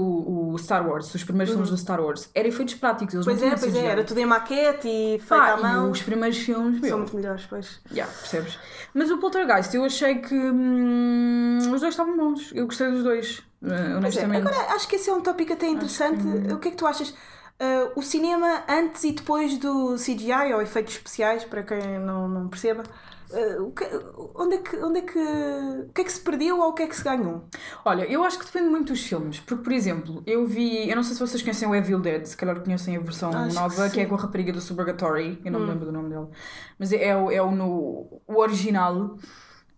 C: o Star Wars, os primeiros filmes do Star Wars, eram efeitos práticos, eles
B: Pois
C: não
B: é,
C: tinham
B: pois é,
C: CGI.
B: era tudo em maquete e feito
C: Pá,
B: à mão.
C: e os primeiros filmes,
B: São
C: meu,
B: muito melhores, pois.
C: Yeah, percebes? Mas o Poltergeist, eu achei que hum, os dois estavam bons. Eu gostei dos dois, eh,
B: Pois é,
C: honestamente.
B: Agora, acho que esse é um tópico até interessante. O que é que tu achas? Ah, o cinema antes e depois do CGI ou efeitos especiais, para quem não, não perceba, ah, o que- onde, é que, onde é que. O que é que se perdeu ou o que é que se ganhou?
C: Olha, eu acho que depende muito dos filmes. Porque, por exemplo, eu vi. Eu não sei se vocês conhecem o Evil Dead, se calhar conhecem a versão
B: Acho que
C: nova, que,
B: sim.
C: é
B: Hum.
C: com a rapariga do Suburgatory. Eu não me lembro do nome dela. Mas é, é o, é o, no, o original.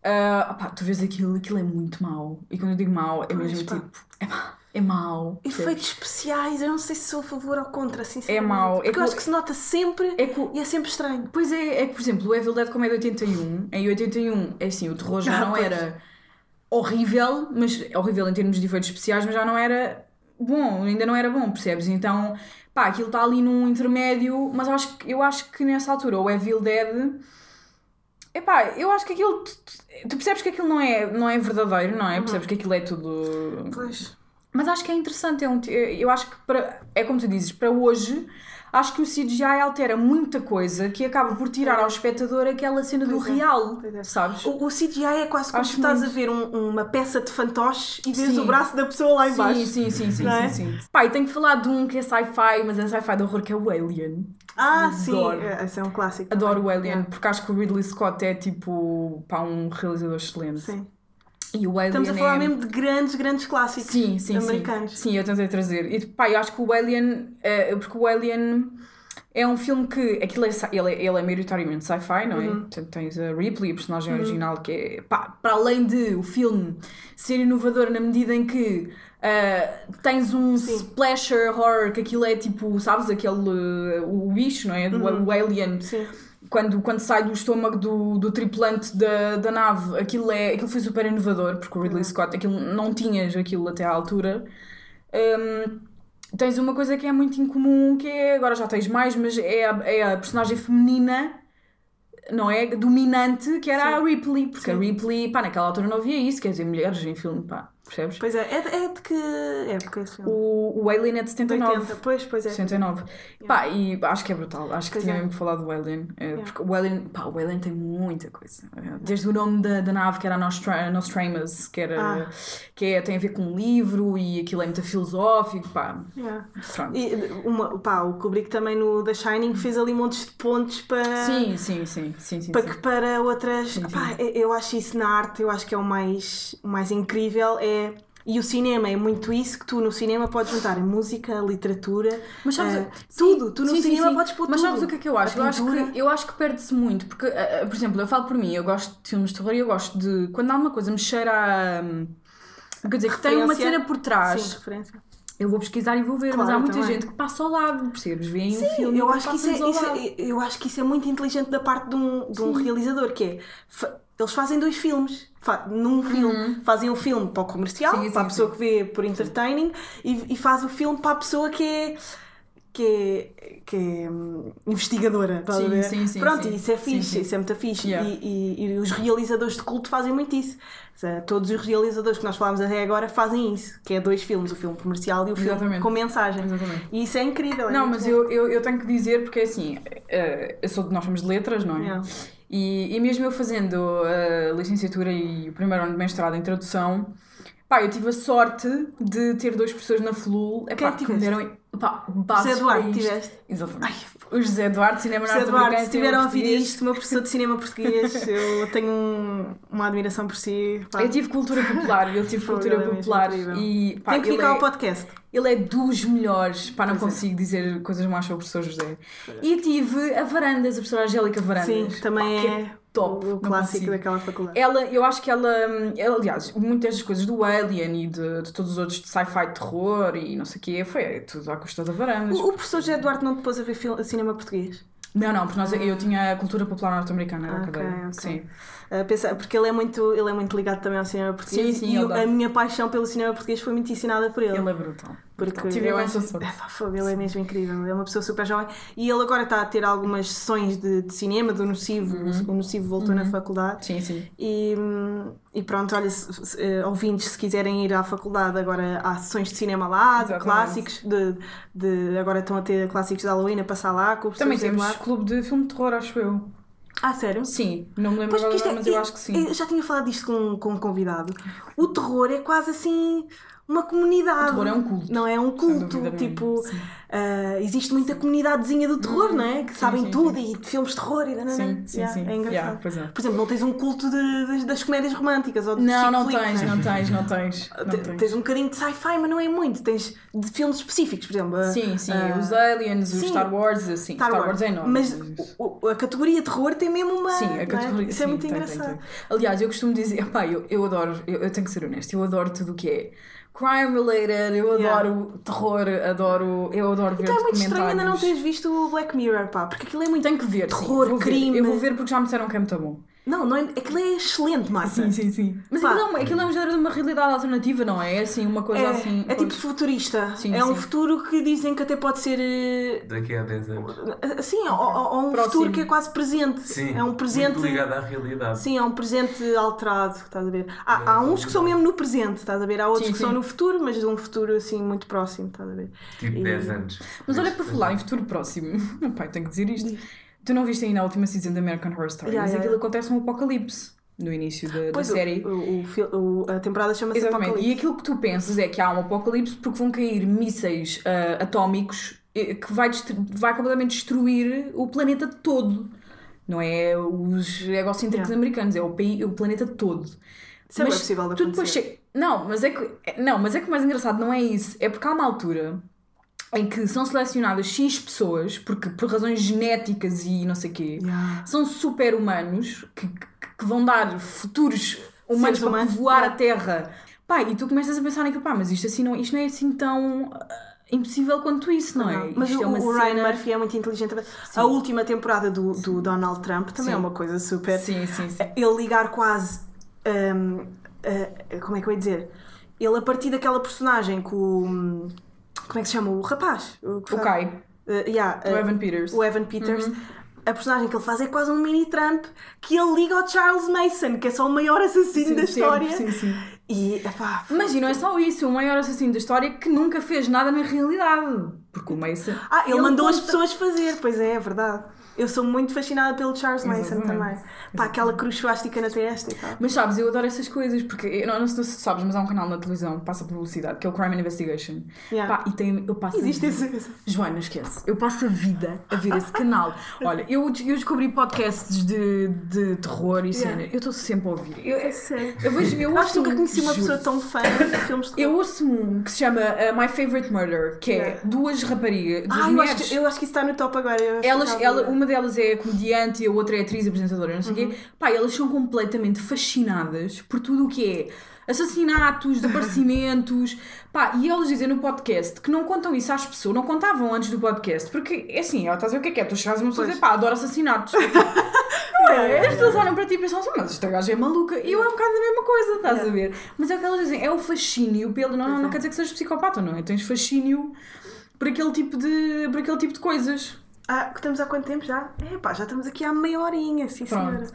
C: Ah, opá, tu vês aquilo, aquilo é muito mau. E quando eu digo mau, é mesmo
B: pá.
C: tipo. É mau. É mau. percebes?
B: Efeitos especiais, eu não sei se sou a favor ou contra, sinceramente.
C: mau. É
B: Porque
C: que
B: eu
C: o-
B: acho que se nota sempre
C: É que o-
B: e é sempre estranho.
C: Pois é, é que, por exemplo, o Evil Dead, como é de 81, em 81, é assim, o terror já
B: Ah,
C: não
B: pois.
C: era horrível, mas horrível em termos de efeitos especiais, mas já não era bom, ainda não era bom, percebes? Então, pá, aquilo está ali num intermédio, mas acho, que- eu acho que nessa altura o Evil Dead. Epá, eu acho que aquilo. Tu, tu percebes que aquilo não é, não é verdadeiro, não é?
B: Uhum.
C: Percebes que aquilo é tudo.
B: Pois.
C: Mas acho que é interessante, é um, ti- eu acho que para, é como tu dizes, para hoje acho que o CGI altera muita coisa que acaba por tirar ao espectador aquela cena do
B: Pois é,
C: real,
B: pois é.
C: sabes?
B: O, o CGI é quase como
C: Acho
B: se estás a ver um- uma peça de fantoche e vês
C: Sim.
B: o braço da pessoa lá embaixo.
C: Sim, sim, sim, sim,
B: Não é?
C: sim, sim. Pá, e tenho que falar de um que é sci-fi, mas é sci-fi de horror que é o Alien.
B: Ah, sim,
C: Adoro.
B: é, esse é um clássico.
C: Adoro
B: também.
C: o Alien, porque acho que o Ridley Scott é tipo, pá, um realizador excelente.
B: Sim.
C: E o Alien
B: Estamos a
C: é-
B: falar mesmo de grandes, grandes clássicos
C: sim, sim,
B: americanos.
C: Sim. sim, eu tentei trazer. E pá, eu acho que o Alien, eh, porque o Alien é um filme que aquilo é, sci- ele, é- ele é meritoriamente sci-fi, não é?
B: Uhum.
C: Portanto, tens a Ripley, a personagem original, que é pá, para além de o filme ser inovador na medida em que ah, tens um splasher horror, que aquilo é tipo, sabes, aquele eh, o bicho, não é? Do- O Alien
B: Uhum. Sim.
C: quando, quando sai do estômago do, do tripulante da, da nave, aquilo, é, aquilo foi super inovador, porque o Ridley Scott aquilo, não tinhas aquilo até à altura. Hum, tens uma coisa que é muito incomum, que é, agora já tens mais, mas é a, é a personagem feminina, não é? Dominante, que era a Ripley, porque a Ripley, pá, naquela altura não havia isso, quer dizer, mulheres em filme, pá, percebes?
B: Pois é, é de, é de que época esse filme?
C: O, o Alien é de 79.
B: 80. Pois, pois é.
C: 69. Pá, e acho que é brutal. Acho que
B: Pois
C: tinha
B: é.
C: mesmo que falar do Alien. eh, Porque o Alien, pá, o Alien tem muita coisa. Eh, Desde o nome da, da nave, que era a Nostra, Nostramus, que, era,
B: Ah.
C: que é, tem a ver com um livro e aquilo é muito filosófico, pá.
B: Yeah.
C: Pronto.
B: E uma, pá, o Kubrick também no The Shining fez ali montes de pontos para,
C: Sim, sim, sim, sim, sim.
B: para,
C: sim.
B: que- para outras.
C: Sim, sim.
B: Pá, eu- eu acho isso na arte, eu acho que é o mais, o mais incrível. É, e o cinema é muito isso que tu no cinema podes juntar a música, a literatura,
C: Mas sabes
B: eh,
C: o- sim,
B: tudo. Tu no
C: sim, sim,
B: cinema
C: sim.
B: podes pôr
C: Mas
B: tudo.
C: sabes o que é que eu
B: A
C: acho? Eu acho
B: pintura.
C: que, eu acho que perde-se muito, porque, ah, ah, por exemplo, eu falo por mim, eu gosto de filmes de terror e eu gosto de. Quando alguma coisa me cheira a. hum, Quer dizer, que tem uma
B: Referência.
C: cena por trás.
B: Sim, referência.
C: Eu vou pesquisar e vou ver, mas
B: Claro,
C: há muita
B: também.
C: gente que passa ao lado, percebes? Vêem um filme e
B: Eu
C: não
B: acho, que isso é,
C: passam-nos ao
B: isso é-
C: lado.
B: eu acho que isso é muito inteligente da parte de um, de um realizador, que é fa- eles fazem dois filmes. Fa- num filme, fazem um filme para o comercial,
C: Uhum. Sim,
B: para a
C: sim,
B: pessoa que vê por entertaining, e, e faz o filme para a pessoa que é. Que é, que é hum, investigadora, estás a
C: Sim,
B: ver?
C: sim, sim,
B: Pronto,
C: sim.
B: isso é
C: Sim,
B: fixe,
C: sim.
B: isso é muito fixe. E-
C: Yeah.
B: E, e os realizadores de culto fazem muito isso. Ou seja, Todos os realizadores que nós falámos até agora fazem isso, que é dois filmes, o filme comercial e o filme
C: Exatamente.
B: com mensagem.
C: Exatamente.
B: E isso é incrível. é
C: Não,
B: muito
C: mas
B: bom.
C: eu, eu, eu tenho que dizer, porque é assim, eh, eu sou, nós somos de letras, não é?
B: Yeah.
C: E, e mesmo eu fazendo a licenciatura e o primeiro ano de mestrado em tradução, pá, eu tive a sorte de ter dois professores na FLUL é
B: Quem
C: pá, que me
B: tiveste?
C: deram pá,
B: José
C: bases
B: Eduardo,
C: para isto.
B: tiveste.
C: Exatamente. o José Eduardo, cinema
B: José Eduardo, se
C: norte-americano,
B: estiver a
C: cinema
B: ouvir
C: português.
B: isto, meu professor de cinema português, eu tenho um- uma admiração por si. pá.
C: Eu tive cultura popular, eu tive
B: Foi,
C: cultura
B: ele é mesmo
C: popular
B: incrível.
C: e pá,
B: Tem que
C: ele
B: ficar
C: é-
B: ao podcast.
C: Ele é dos melhores. Pá, não
B: é.
C: consigo dizer coisas mais sobre o professor José. E tive a Varandas, a professora Angélica Varandas.
B: Sim, também
C: Pá, que
B: é
C: top.
B: o
C: não
B: clássico
C: consigo.
B: daquela faculdade.
C: Ela, eu acho que ela, hum, ela, aliás, muitas das coisas do Alien e de, de todos os outros de sci-fi, terror e não sei o quê, foi tudo à custa da Varandas.
B: O, o professor José Eduardo não te pôs a ver fil- cinema português.
C: Não, não, porque nós, eu tinha a cultura popular norte-americana, era a
B: Ah, ok,
C: cadeira.
B: ok.
C: Sim.
B: Ah, pensa- porque ele é, muito, ele é muito ligado também ao cinema português.
C: Sim, sim,
B: e
C: ele
B: o-
C: dá.
B: a minha paixão pelo cinema português foi muito ensinada por ele.
C: Ele é brutal.
B: Porque
C: Tive
B: eu
C: imensa
B: acho-
C: sorte.
B: É, pá, fogo, ele é mesmo incrível, é uma pessoa super jovem. E ele agora está a ter algumas sessões de, de cinema do Nocivo,
C: Uhum.
B: o Nocivo voltou na faculdade.
C: Sim, sim.
B: E, hum, e pronto, olha, se, se, eh, ouvintes, se quiserem ir à faculdade, agora há sessões de cinema lá, de
C: Exatamente.
B: clássicos, de, de- agora estão a ter clássicos de Halloween a passar lá com o professor
C: Também
B: José
C: temos
B: Eduardo.
C: clube de filme de terror, acho eu.
B: Ah, sério?
C: Sim, não me lembro
B: Pois, porque
C: agora,
B: isto é-
C: mas eu acho que sim.
B: Eu já tinha falado disto com, com um convidado. O terror é quase assim uma comunidade.
C: O terror é um culto.
B: Não é um culto.
C: dúvida nenhuma,
B: Tipo,
C: sim.
B: ah, existe muita comunidadezinha do terror, não é? Que sabem
C: sim,
B: tudo e de filmes de terror e nanana.
C: Sim, sim,
B: Yeah,
C: sim.
B: É engraçado.
C: Yeah, pois é.
B: Por exemplo, não tens um culto de- das, das comédias românticas ou de
C: Não,
B: chick
C: não
B: flick,
C: tens,
B: é?
C: não tens, não tens. Não
B: Te-
C: tens.
B: Tens um bocadinho de sci-fi, mas não é muito. Tens de filmes específicos, por exemplo. ah,
C: Sim, sim,
B: ah,
C: os Aliens, os
B: sim.
C: Star Wars, assim, Star, Wars. é enorme.
B: Mas o- o- a categoria terror tem mesmo uma.
C: Sim,
B: não é?
C: a categoria.
B: Isso é
C: sim,
B: muito
C: tem, tem,
B: engraçado.
C: tem. Aliás, eu costumo dizer, pá, eu, eu adoro, eu, eu tenho que ser honesta, eu adoro tudo o que é crime related, eu adoro
B: Yeah.
C: terror, adoro, eu adoro ver
B: Então é muito
C: documentários.
B: estranho ainda não teres visto o Black Mirror, pá, porque aquilo é muito.
C: Tenho que ver, sim,
B: Terror,
C: vou ver.
B: crime.
C: Eu vou ver porque já me disseram que é muito bom.
B: Não, não é... aquilo é excelente, Marta.
C: sim, sim. Mas
B: Pá.
C: aquilo é, um, aquilo é um género de uma realidade alternativa, não é? É assim, uma coisa
B: É,
C: assim.
B: é tipo
C: pois.
B: futurista.
C: Sim,
B: é um
C: sim.
B: futuro que dizem que até pode ser. eh,
D: Daqui a 10 anos.
B: Assim, ou, ou- ou um
C: Próximo.
B: futuro que é quase presente.
D: Sim,
B: é um presente.
D: muito ligado à realidade.
B: Sim, é um presente alterado, estás a ver? Há, há uns que são mesmo no presente, estás a ver? Há outros
C: Sim,
B: que
C: sim.
B: são no futuro, mas de um futuro assim muito próximo, estás a ver?
D: Tipo
B: E-
D: 10 anos. é
C: Mas olha, para
B: é.
C: falar em futuro próximo, meu pai, tenho que dizer isto. Tu não viste ainda a última season da American Horror Story,
B: Yeah,
C: mas
B: yeah,
C: aquilo
B: yeah.
C: acontece um apocalipse no início da, da
B: Pois o-
C: série.
B: o- o fil- o- a temporada chama-se
C: Exatamente.
B: Apocalipse.
C: E aquilo que tu pensas é que há um apocalipse porque vão cair mísseis ah, atómicos eh, que vai, destru- vai completamente destruir o planeta todo. Não é os egocêntricos
B: Yeah.
C: americanos, é o, paí- o planeta todo.
B: Isso é bem possível de
C: tu depois
B: acontecer.
C: che- Não, mas é que é- não, mas é que o mais engraçado não é isso, é porque há uma altura em que são selecionadas X pessoas, porque por razões genéticas e não sei quê,
B: Yeah.
C: são super humanos que, que- que vão dar futuros
B: Seres
C: humanos para
B: humanos,
C: voar
B: yeah.
C: a Terra. Pá, e tu começas a pensar naquilo, pá, mas isto assim não, isto não é assim tão ah, impossível quanto isso, não, é?
B: Mas
C: Isto
B: o,
C: é uma
B: o
C: cena-
B: Ryan Murphy é muito inteligente. A última temporada do, do Donald Trump também é
C: Sim.
B: uma coisa super.
C: Sim, sim, sim.
B: Ele ligar quase. hum, a- como é que eu ia dizer? Ele, a partir daquela personagem com o. Como é que se chama? O rapaz. O, que
C: O
B: faz-
C: Kai,
B: Eh, yeah,
C: o
B: eh,
C: Evan Peters. Uhum.
B: o Evan Peters. A personagem que ele faz é quase um mini Trump que ele liga ao Charles Mason, que é só o maior assassino
C: Sim,
B: da
C: sempre,
B: história.
C: Sim, sim.
B: E, epá,
C: Mas e não é só isso, o maior assassino da história que nunca fez nada na realidade. Porque o Mason.
B: Ah, ele, mandou as
C: conta-
B: pessoas fazer, pois é, é verdade. Eu sou muito fascinada pelo Charles Mason
C: Exatamente.
B: também. Pá, aquela cruz suástica na testa e tal.
C: Mas sabes, eu adoro essas coisas, porque eu não, não sei se sabes, mas há um canal na televisão que passa publicidade, que é o Crime Investigation.
B: Yeah.
C: Pá, e tem, eu passo a
B: Existe
C: vida-
B: esse-
C: Joana, esquece. Eu passo a vida a ver esse canal. Olha, eu, des- eu descobri podcasts de, de terror e cena. Eu estou sempre a ouvir. Eu,
B: É sério.
C: eu vejo, eu
B: Acho que
C: ouço
B: nunca
C: um-
B: conheci uma
C: juro.
B: pessoa tão fã de filmes de
C: Eu ouço um que se chama uh, My Favorite Murder, que é
B: Yeah.
C: duas raparigas, duas
B: Ah, eu
C: mulheres.
B: acho, que, eu acho que isso está no top agora. eu acho que
C: Elas,
B: está
C: ela,
B: agora.
C: uma delas é comediante e a outra é atriz e apresentadora, não sei o
B: Uhum.
C: quê. Pá, elas são completamente fascinadas por tudo o que é assassinatos, desaparecimentos. Pá, e elas dizem no podcast que não contam isso às pessoas, não contavam antes do podcast, porque é assim, ela está a dizer o que é que é, tu chegas a uma pessoa e dizer, pá, adoro assassinatos. não é? As pessoas olham para ti e pensam assim, mas esta gaja é maluca. E eu é um bocado a mesma coisa, estás a ver? Mas é o que elas dizem, é o fascínio pelo. Não, não, não quer dizer que sejas psicopata, não é? Tens fascínio por aquele tipo de, por aquele tipo de coisas.
B: Ah, estamos há quanto tempo já? É pá, já estamos aqui há meia horinha, sim
C: Pronto.
B: senhora.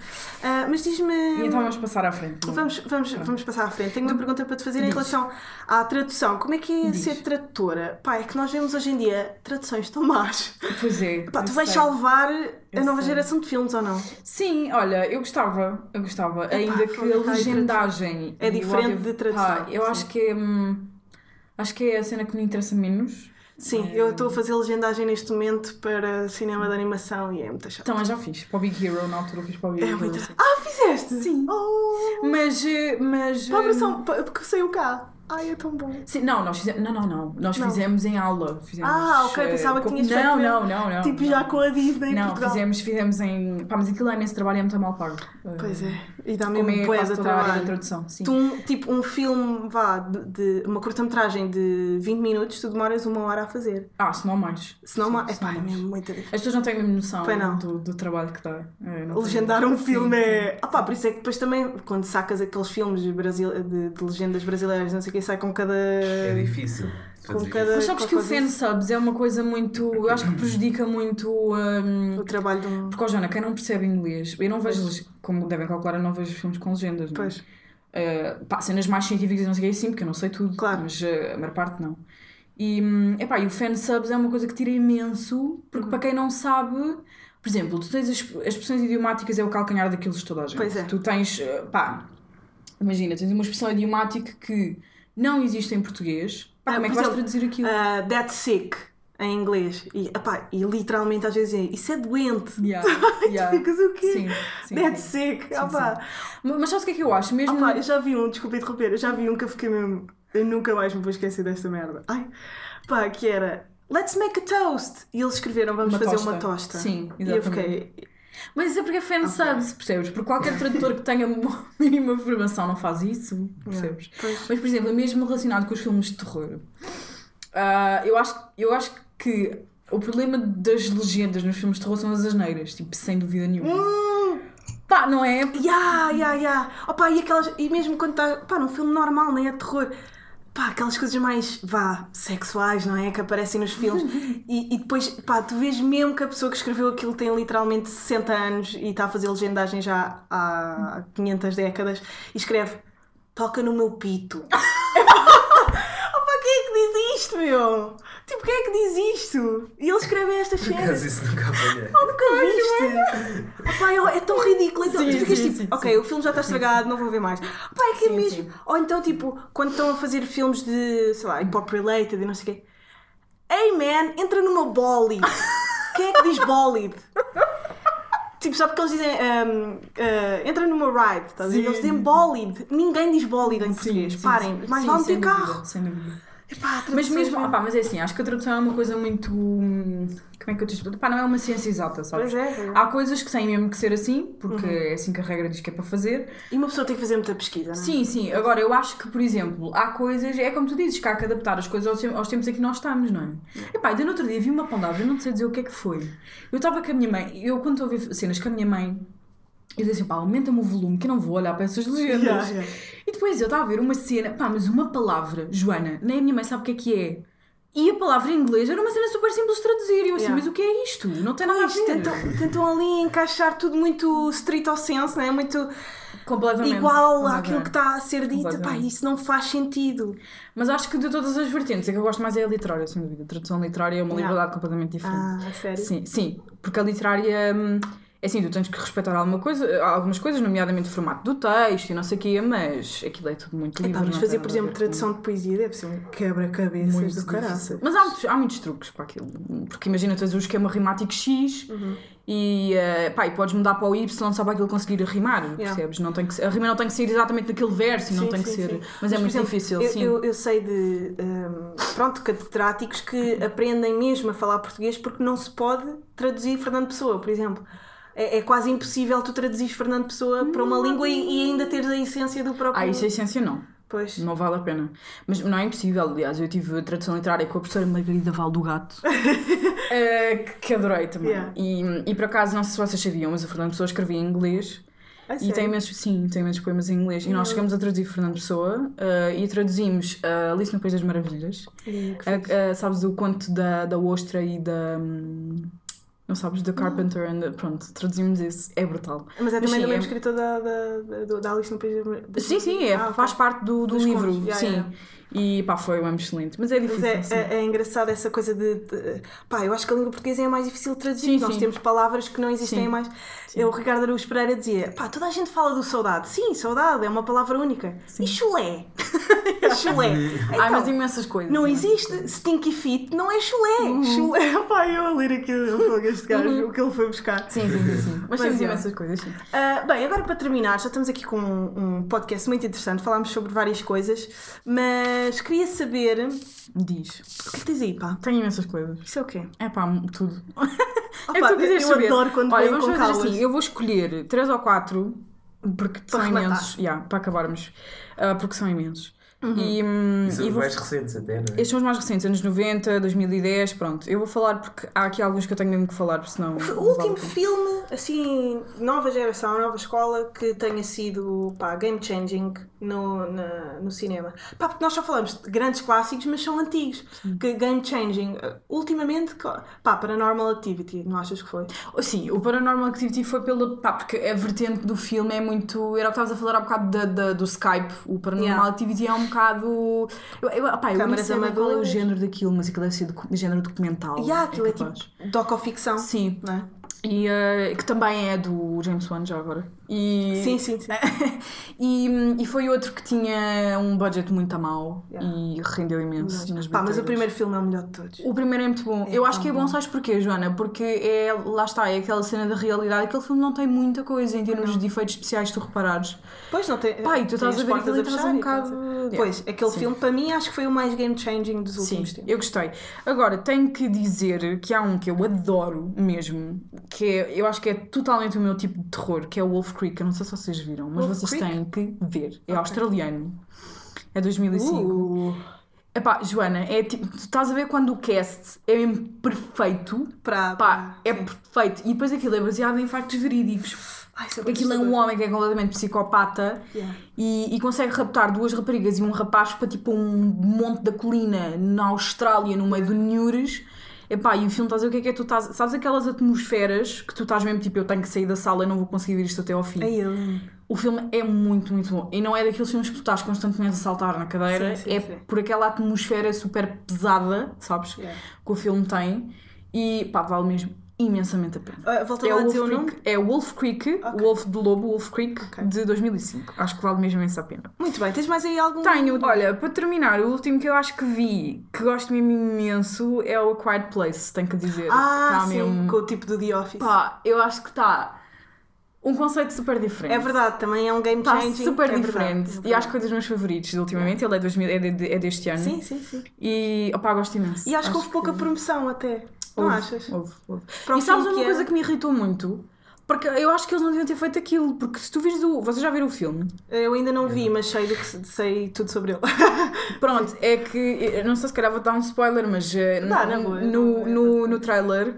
B: Ah, mas diz-me.
C: E então vamos passar à frente. não é?
B: Vamos, vamos, vamos passar à frente. Tenho uma pergunta para te fazer em
C: Diz.
B: relação à tradução. Como é que é
C: Diz.
B: ser tradutora? Pá, é que nós vemos hoje em dia traduções tão más.
C: Pois é.
B: Pá,
C: eu
B: tu vais
C: sei.
B: salvar a
C: Eu
B: nova
C: sei.
B: geração de filmes ou não?
C: Sim, olha, eu gostava. Eu gostava. Ainda que
B: foda-se,
C: a
B: tá aí
C: legendagem.
B: É
C: e o
B: diferente
C: áudio-
B: de tradução,
C: Pá, eu
B: sim.
C: acho que é. hum, Acho que é a cena que me interessa menos.
B: Sim,
C: Hum.
B: eu estou a fazer legendagem neste momento para cinema de animação e é muito chato.
C: Então, eu já fiz. Para o Big Hero, na altura eu fiz para o Big
B: é
C: Hero.
B: muito...
C: assim.
B: Ah, fizeste?
C: Sim.
B: Oh,
C: Mas. eh, mas
B: para a
C: eh,
B: versão, pa- porque saiu cá. Ai, é tão bom.
C: Sim, não, nós fizemos. Não, não, não. Nós
B: Não.
C: fizemos em aula. Fizemos,
B: Ah, ok,
C: eh,
B: pensava que
C: com-
B: tinhas feito
C: não,
B: mesmo,
C: não, não, não.
B: tipo
C: não.
B: já com a Disney em
C: Não,
B: Portugal.
C: fizemos, fizemos em. Pá, mas aquilo é imenso trabalho e é muito mal pago. Eh,
B: Pois é, e dá
C: Como
B: mesmo
C: é
B: boeda
C: quase toda a área da
B: trabalho.
C: tradução. Sim.
B: Tu, um- tipo, um filme, vá, de, de- uma curta-metragem de 20 minutos, tu demoras uma hora a fazer.
C: Ah, se não mais.
B: Se não,
C: Sim,
B: ma-
C: se não
B: epá, é
C: mais.
B: mesmo muita
C: As pessoas não têm a mesma noção
B: Pois não.
C: Do, do trabalho que dá. É, não têm.
B: Legendar um
C: Sim,
B: filme
C: sim.
B: é. Ah, pá, por isso é que depois também, quando sacas aqueles filmes de, Brasil... de, de legendas brasileiras, não sei o que, sai com cada.
D: É difícil. fazer
B: cada-
D: isso.
C: Mas sabes que o
B: Qualquer coisa.
C: fansubs é uma coisa muito. Eu acho que prejudica muito. hum,
B: O trabalho de um.
C: porque, ó, Joana, quem não percebe inglês, eu não vejo, leg- como devem calcular, eu não vejo filmes com legendas. não é?
B: Pois.
C: Uh, pá, cenas mais científicas e não sei o que, sim, porque eu não sei tudo,
B: Claro.
C: mas uh, a maior parte não. E, hum, epá, e o fansubs é uma coisa que tira imenso, porque
B: Uhum.
C: para quem não sabe, por exemplo, tu tens as, as expressões idiomáticas é o calcanhar daqueles de toda a gente.
B: Pois é.
C: Tu tens, uh, pá, imagina, tens uma expressão idiomática que não existe em português, pá,
B: Ah,
C: como é
B: por
C: que vais
B: exemplo,
C: traduzir aquilo?
B: ah, that's sick, em inglês. E, epá, e literalmente às vezes é, isso é doente.
C: Yeah, yeah.
B: Ficas o quê?
C: Sim, sim,
B: that's
C: sim.
B: sick. ah, pá.
C: Mas mas sabes o que é que eu acho? Mesmo
B: Ah, pá, eu já vi um, desculpa interromper, eu já vi um que eu fiquei mesmo. Eu nunca mais me vou esquecer desta merda. Ai, pá, que era. Let's make a toast! E eles escreveram, vamos
C: Uma
B: fazer
C: tosta.
B: uma tosta.
C: Sim,
B: E eu
C: exatamente.
B: fiquei.
C: Mas isso é porque é
B: Ah,
C: fansubs, percebes? Porque qualquer tradutor que tenha uma mínima formação não faz isso, percebes?
B: Pois.
C: Mas, por exemplo, mesmo relacionado com os filmes de terror, ah, eu, acho, eu acho que o problema das legendas nos filmes de terror são as asneiras, tipo, sem dúvida nenhuma.
B: Hum.
C: Pá, não é? Porque-
B: Ya, ya, ya. Opa, e aquelas. E mesmo quando está. Pá, num filme normal, nem é terror. Pá, aquelas coisas mais, vá, sexuais, não é? Que aparecem nos filmes. E, e depois, pá, tu vês mesmo que a pessoa que escreveu aquilo tem literalmente 60 anos e está a fazer legendagem já há 500 décadas e escreve: Toca no meu pito. Opa, quem é que diz isto, meu? Tipo, quem é que diz isto? E ele escreve estas
D: Por
B: cenas.
D: acaso isso nunca apanhei.
B: Nunca viste? Opá, é, é tão ridículo. Então,
C: Sim,
B: tu ficas
C: sim,
B: tipo,
C: sim,
B: ok, o filme já está estragado, não vou ver mais. Opá, é que é
C: Sim,
B: mesmo.
C: sim.
B: Ou então, tipo, quando estão a fazer filmes de, sei lá, hip hop related e não sei o quê. Hey man, entra numa bolly. Quem é que diz bolly? Tipo, só porque eles dizem ahm, ah, entra numa ride, estás a ver?
C: Sim.
B: Eles dizem bólide. Ninguém diz bólide em português. Parem,
C: é sim,
B: mais
C: sim,
B: vale
C: sem
B: ter
C: dúvida,
B: carro.
C: Sem dúvida.
B: Epá, a
C: Mas
B: tradução
C: mesmo,
B: é-
C: opá, mas é assim, acho que a tradução é uma coisa muito. hum, Como é que eu te explico? Pá, não é uma ciência exata, sabes?
B: Pois é. Uhum.
C: Há coisas que têm mesmo que ser assim, porque é assim que a regra diz que é para fazer.
B: E uma pessoa tem que fazer muita pesquisa, não é?
C: Sim, sim. Agora, eu acho que, por exemplo, há coisas, é como tu dizes, que há que adaptar as coisas aos tem- aos tempos em que nós estamos, não é? Epá, ainda no outro dia vi uma palavra, eu não sei dizer o que é que foi. Eu estava com a minha mãe, eu quando estou a ver cenas com a minha mãe, eu disse assim, pá, aumenta-me o volume, que eu não vou olhar para essas legendas.
B: Yeah, yeah.
C: E depois eu estava a ver uma cena, pá, mas uma palavra, Joana, nem a minha mãe sabe o que é que é. E a palavra em inglês era uma cena super simples de traduzir. E eu assim,
B: Yeah. então,
C: mas o que é isto? Não tem nada a
B: Isto,
C: ver.
B: tentam, tentam ali encaixar tudo muito street ao senso, não é? Muito
C: Completamente.
B: igual
C: Completamente.
B: àquilo que está a ser dito. Pá,
C: Completamente.
B: isso não faz sentido.
C: Mas acho que de todas as vertentes, a que eu gosto mais é a literária, sem dúvida. A tradução literária é uma
B: Yeah.
C: liberdade completamente diferente.
B: Ah, sério?
C: Sim, sim, porque a literária hum, é assim, tu tens que respeitar alguma coisa, algumas coisas, nomeadamente o formato do texto e não sei o quê, mas aquilo é tudo muito livre.
B: Epá, mas
C: não
B: fazer,
C: tem
B: por
C: nada a ver
B: exemplo, tradução de poesia deve ser um quebra-cabeças do caraças.
C: com- Mas há muitos, há muitos truques para aquilo, porque imagina, tens o esquema rimático é X
B: Uhum.
C: e, eh, pá, e podes mudar para o Y só para aquilo conseguir rimar, percebes? Não tem que, ser- a rima não tem que ser exatamente naquele verso e não
B: Sim,
C: tem que
B: sim,
C: ser.
B: sim.
C: Mas, é
B: por
C: muito
B: exemplo,
C: difícil,
B: eu,
C: sim.
B: Eu, eu sei de, hum, pronto, catedráticos que aprendem mesmo a falar português porque não se pode traduzir Fernando Pessoa, por exemplo. É, é quase impossível tu traduzires Fernando Pessoa para uma língua e, e ainda teres a essência do próprio...
C: Ah, isso é essência, não.
B: Pois.
C: Não vale a pena. Mas não é impossível, aliás. Eu tive tradução literária com a professora Margarida Val do Gato, eh, que- que adorei também.
B: Yeah.
C: E, e por acaso, não sei se vocês sabiam, mas a Fernando Pessoa escrevia em inglês.
B: Ah,
C: E
B: sério?
C: tem imensos, sim, tem imensos poemas em inglês. E nós chegamos a traduzir Fernando Pessoa eh, e traduzimos eh, Alice no País das Maravilhas. A- a- sabes o conto da, da ostra e da. hum, não sabes? The Carpenter and the- Pronto, traduzimos esse. É brutal.
B: Mas é também
C: sim,
B: do
C: é-
B: mesmo escritor da, da, da, da Alice no País das
C: Sim, sim, é,
B: Ah, ok.
C: faz parte do, do
B: Dos
C: livro.
B: contos, já,
C: sim.
B: já.
C: E pá, foi mesmo excelente. Mas é difícil.
B: Mas é,
C: sim.
B: é, é engraçado essa coisa de, de- Pá, eu acho que a língua portuguesa é a mais difícil de traduzir.
C: Sim,
B: porque Nós
C: sim.
B: temos palavras que não existem
C: Sim.
B: mais. Eu, o Ricardo Araújo Pereira dizia: pá, toda a gente fala do saudade. Sim, saudade é uma palavra única. E chulé? E chulé.
C: Há
B: Então,
C: mais imensas coisas.
B: não
C: é?
B: existe. Stinky fit não é chulé.
C: Uhum.
B: Chulé. Pá, eu a ler aquilo, eu fogo este gajo, o que ele foi buscar.
C: Sim, sim, sim. sim. Mas temos
B: é.
C: imensas coisas, sim.
B: Ah, bem, agora para terminar, já estamos aqui com um, um podcast muito interessante, falámos sobre várias coisas, mas queria saber. O
C: Diz.
B: que é que tens aí, pá?
C: Tem imensas coisas.
B: Isso é o quê?
C: É pá, tudo.
B: Opa,
C: é que tu quiseres
B: eu
C: saber.
B: adoro quando
C: Olha,
B: vêm
C: vamos
B: com
C: fazer
B: calas.
C: assim, eu vou escolher três ou quatro, porque são
B: rematar.
C: imensos. Yeah, para acabarmos. Ah, porque são imensos.
B: Uhum.
C: E, hum,
D: Isso
C: e
D: é
C: vou
D: mais recentes até, não é?
C: Estes são os mais recentes, anos 90, 2010, pronto. Eu vou falar porque há aqui alguns que eu tenho mesmo que falar, porque senão.
B: O
C: não vale a
B: último
C: pena.
B: filme, assim, nova geração, nova escola, que tenha sido, pá, game changing no, na- no cinema. Pá, porque nós só falamos de grandes clássicos, mas são antigos. Que game changing, uh, ultimamente, co- pá, Paranormal Activity, não achas que foi?
C: Sim, o Paranormal Activity foi pela. pá, porque a vertente do filme é muito. Era o que estavas a falar há bocado da, da- do Skype. O Paranormal
B: Yeah.
C: Activity é um bocado. Eu, eu, pá, eu não
B: Câmaras
C: sei bem qual é o
B: amadoras.
C: género daquilo, mas aquilo deve ser do, género documental.
B: E há aquilo é tipo
C: Oh, capaz.
B: docoficção,
C: Sim,
B: não é?
C: e, eh, que também é do James Wan já agora. E,
B: Sim, sim, sim.
C: e, hum, e foi outro que tinha um budget muito a mau
B: Yeah.
C: e rendeu imenso. nas
B: Pá, mas o
C: bilheteiras.
B: primeiro filme é o melhor de todos.
C: O primeiro é muito bom. eu acho que é bom, sabes porquê, Joana? Porque é, lá está, é aquela cena da realidade. Aquele filme não tem muita coisa em termos de efeitos especiais, tu reparares.
B: Pois não tem.
C: Pá, e tu estás
B: tem as
C: a ver
B: portas
C: aquilo e estás
B: fechar
C: um
B: e estás a-
C: bocado-
B: Pois, aquele
C: Sim.
B: filme para mim acho que foi o mais game changing dos
C: Sim,
B: últimos tempos.
C: eu gostei. Agora, tenho que dizer que há um que eu adoro mesmo, que é, eu acho que é totalmente o meu tipo de terror, que é o Wolf Creek. Eu não sei se vocês viram, mas
B: Wolf
C: vocês
B: Creek?
C: têm que ver. É australiano. É 2005.
B: Uh.
C: Epá, Joana, é tipo, tu estás a ver quando o cast é mesmo perfeito.
B: Para.
C: Pá, é perfeito. E depois aquilo é baseado em factos verídicos.
B: Ai, isso é
C: Aquilo é um
B: assustador.
C: homem que é completamente psicopata
B: Yeah.
C: e, e consegue raptar duas raparigas e um rapaz para tipo um monte da colina na Austrália, no meio do Nhures. Epá, e o filme estás a ver o que é que é? Tu estás, sabes aquelas atmosferas que tu estás mesmo tipo, eu tenho que sair da sala, eu não vou conseguir ver isto até ao fim.
B: Ai, É ele.
C: O filme é muito, muito bom. E não é daqueles filmes que tu estás constantemente a saltar na cadeira,
B: Sim, sim,
C: é
B: sim.
C: por aquela atmosfera super pesada, sabes?
B: Yeah.
C: Que o filme tem. E pá, vale mesmo imensamente a pena.
B: Ah, volta
C: É
B: lá a
C: Wolf,
B: dizer o nome.
C: Creek, é Wolf Creek, Wolf de Lobo, Wolf Creek, de 2005. Acho que vale mesmo essa pena.
B: Muito bem, tens mais aí algum?
C: Tenho, olha, para terminar, o último que eu acho que vi, que gosto mesmo imenso, é o A Quiet Place, tenho que dizer.
B: Ah,
C: Tá
B: sim,
C: mesmo-
B: com o tipo do The Office.
C: Pá, eu acho que está um conceito super diferente.
B: É verdade, também é um game
C: Está
B: changing.
C: tá super
B: é
C: diferente.
B: Verdade, é
C: e
B: verdade.
C: acho que é dos meus favoritos de ultimamente. Ele é, 2000, é, de- é deste ano.
B: Sim, sim, sim.
C: E opá, gosto imenso.
B: E acho, que houve pouca promoção até. Não
C: Houve,
B: achas?
C: houve, houve.
B: Para o
C: E sabes
B: filme
C: uma
B: que
C: coisa
B: é-
C: que me irritou muito? Porque eu acho que eles não deviam ter feito aquilo. Porque se tu vires o. Vocês já viram o filme?
B: Eu ainda não vi, mas sei, do que, se- sei tudo sobre ele.
C: Pronto, é que. eu Não sei se calhar vou dar um spoiler, mas. eh,
B: Dá,
C: no,
B: na boa. é
C: no, no, no trailer.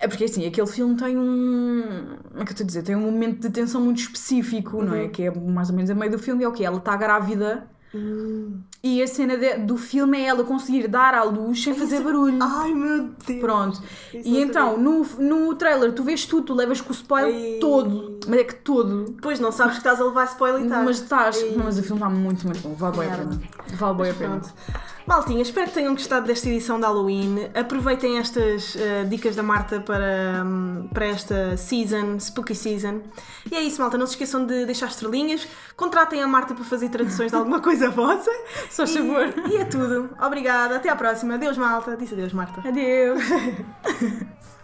C: É porque assim, aquele filme tem um. Como é que eu estou a dizer? Tem um momento de tensão muito específico, não
B: Uhum.
C: é? Que é mais ou menos a meio do filme. E é o que? Ela está grávida.
B: Hum.
C: E a cena de- do filme é ela conseguir dar à luz sem fazer barulho.
B: Ai é Ah, meu Deus!
C: Pronto.
B: Isso
C: E
B: não
C: então, no, no trailer, tu vês tudo, tu levas com o spoiler
B: Ei.
C: todo. Mas é que todo.
B: Depois não sabes que estás a levar spoiler e tal.
C: Mas estás.
B: Ei.
C: Mas o filme está muito, muito bom. Vale bem a
B: Tá. Merda.
C: pena. Vale bem a pena.
B: Pronto. Maltinha, espero que tenham gostado desta edição de Halloween. Aproveitem estas eh, dicas da Marta para, hum, para esta season, spooky season. E é isso, malta. Não se esqueçam de deixar estrelinhas. Contratem a Marta para fazer traduções de alguma coisa vossa.
C: Só
B: E-
C: favor.
B: E é tudo. Obrigada. Até à próxima. Adeus, malta. Disse adeus, Marta.
C: Adeus.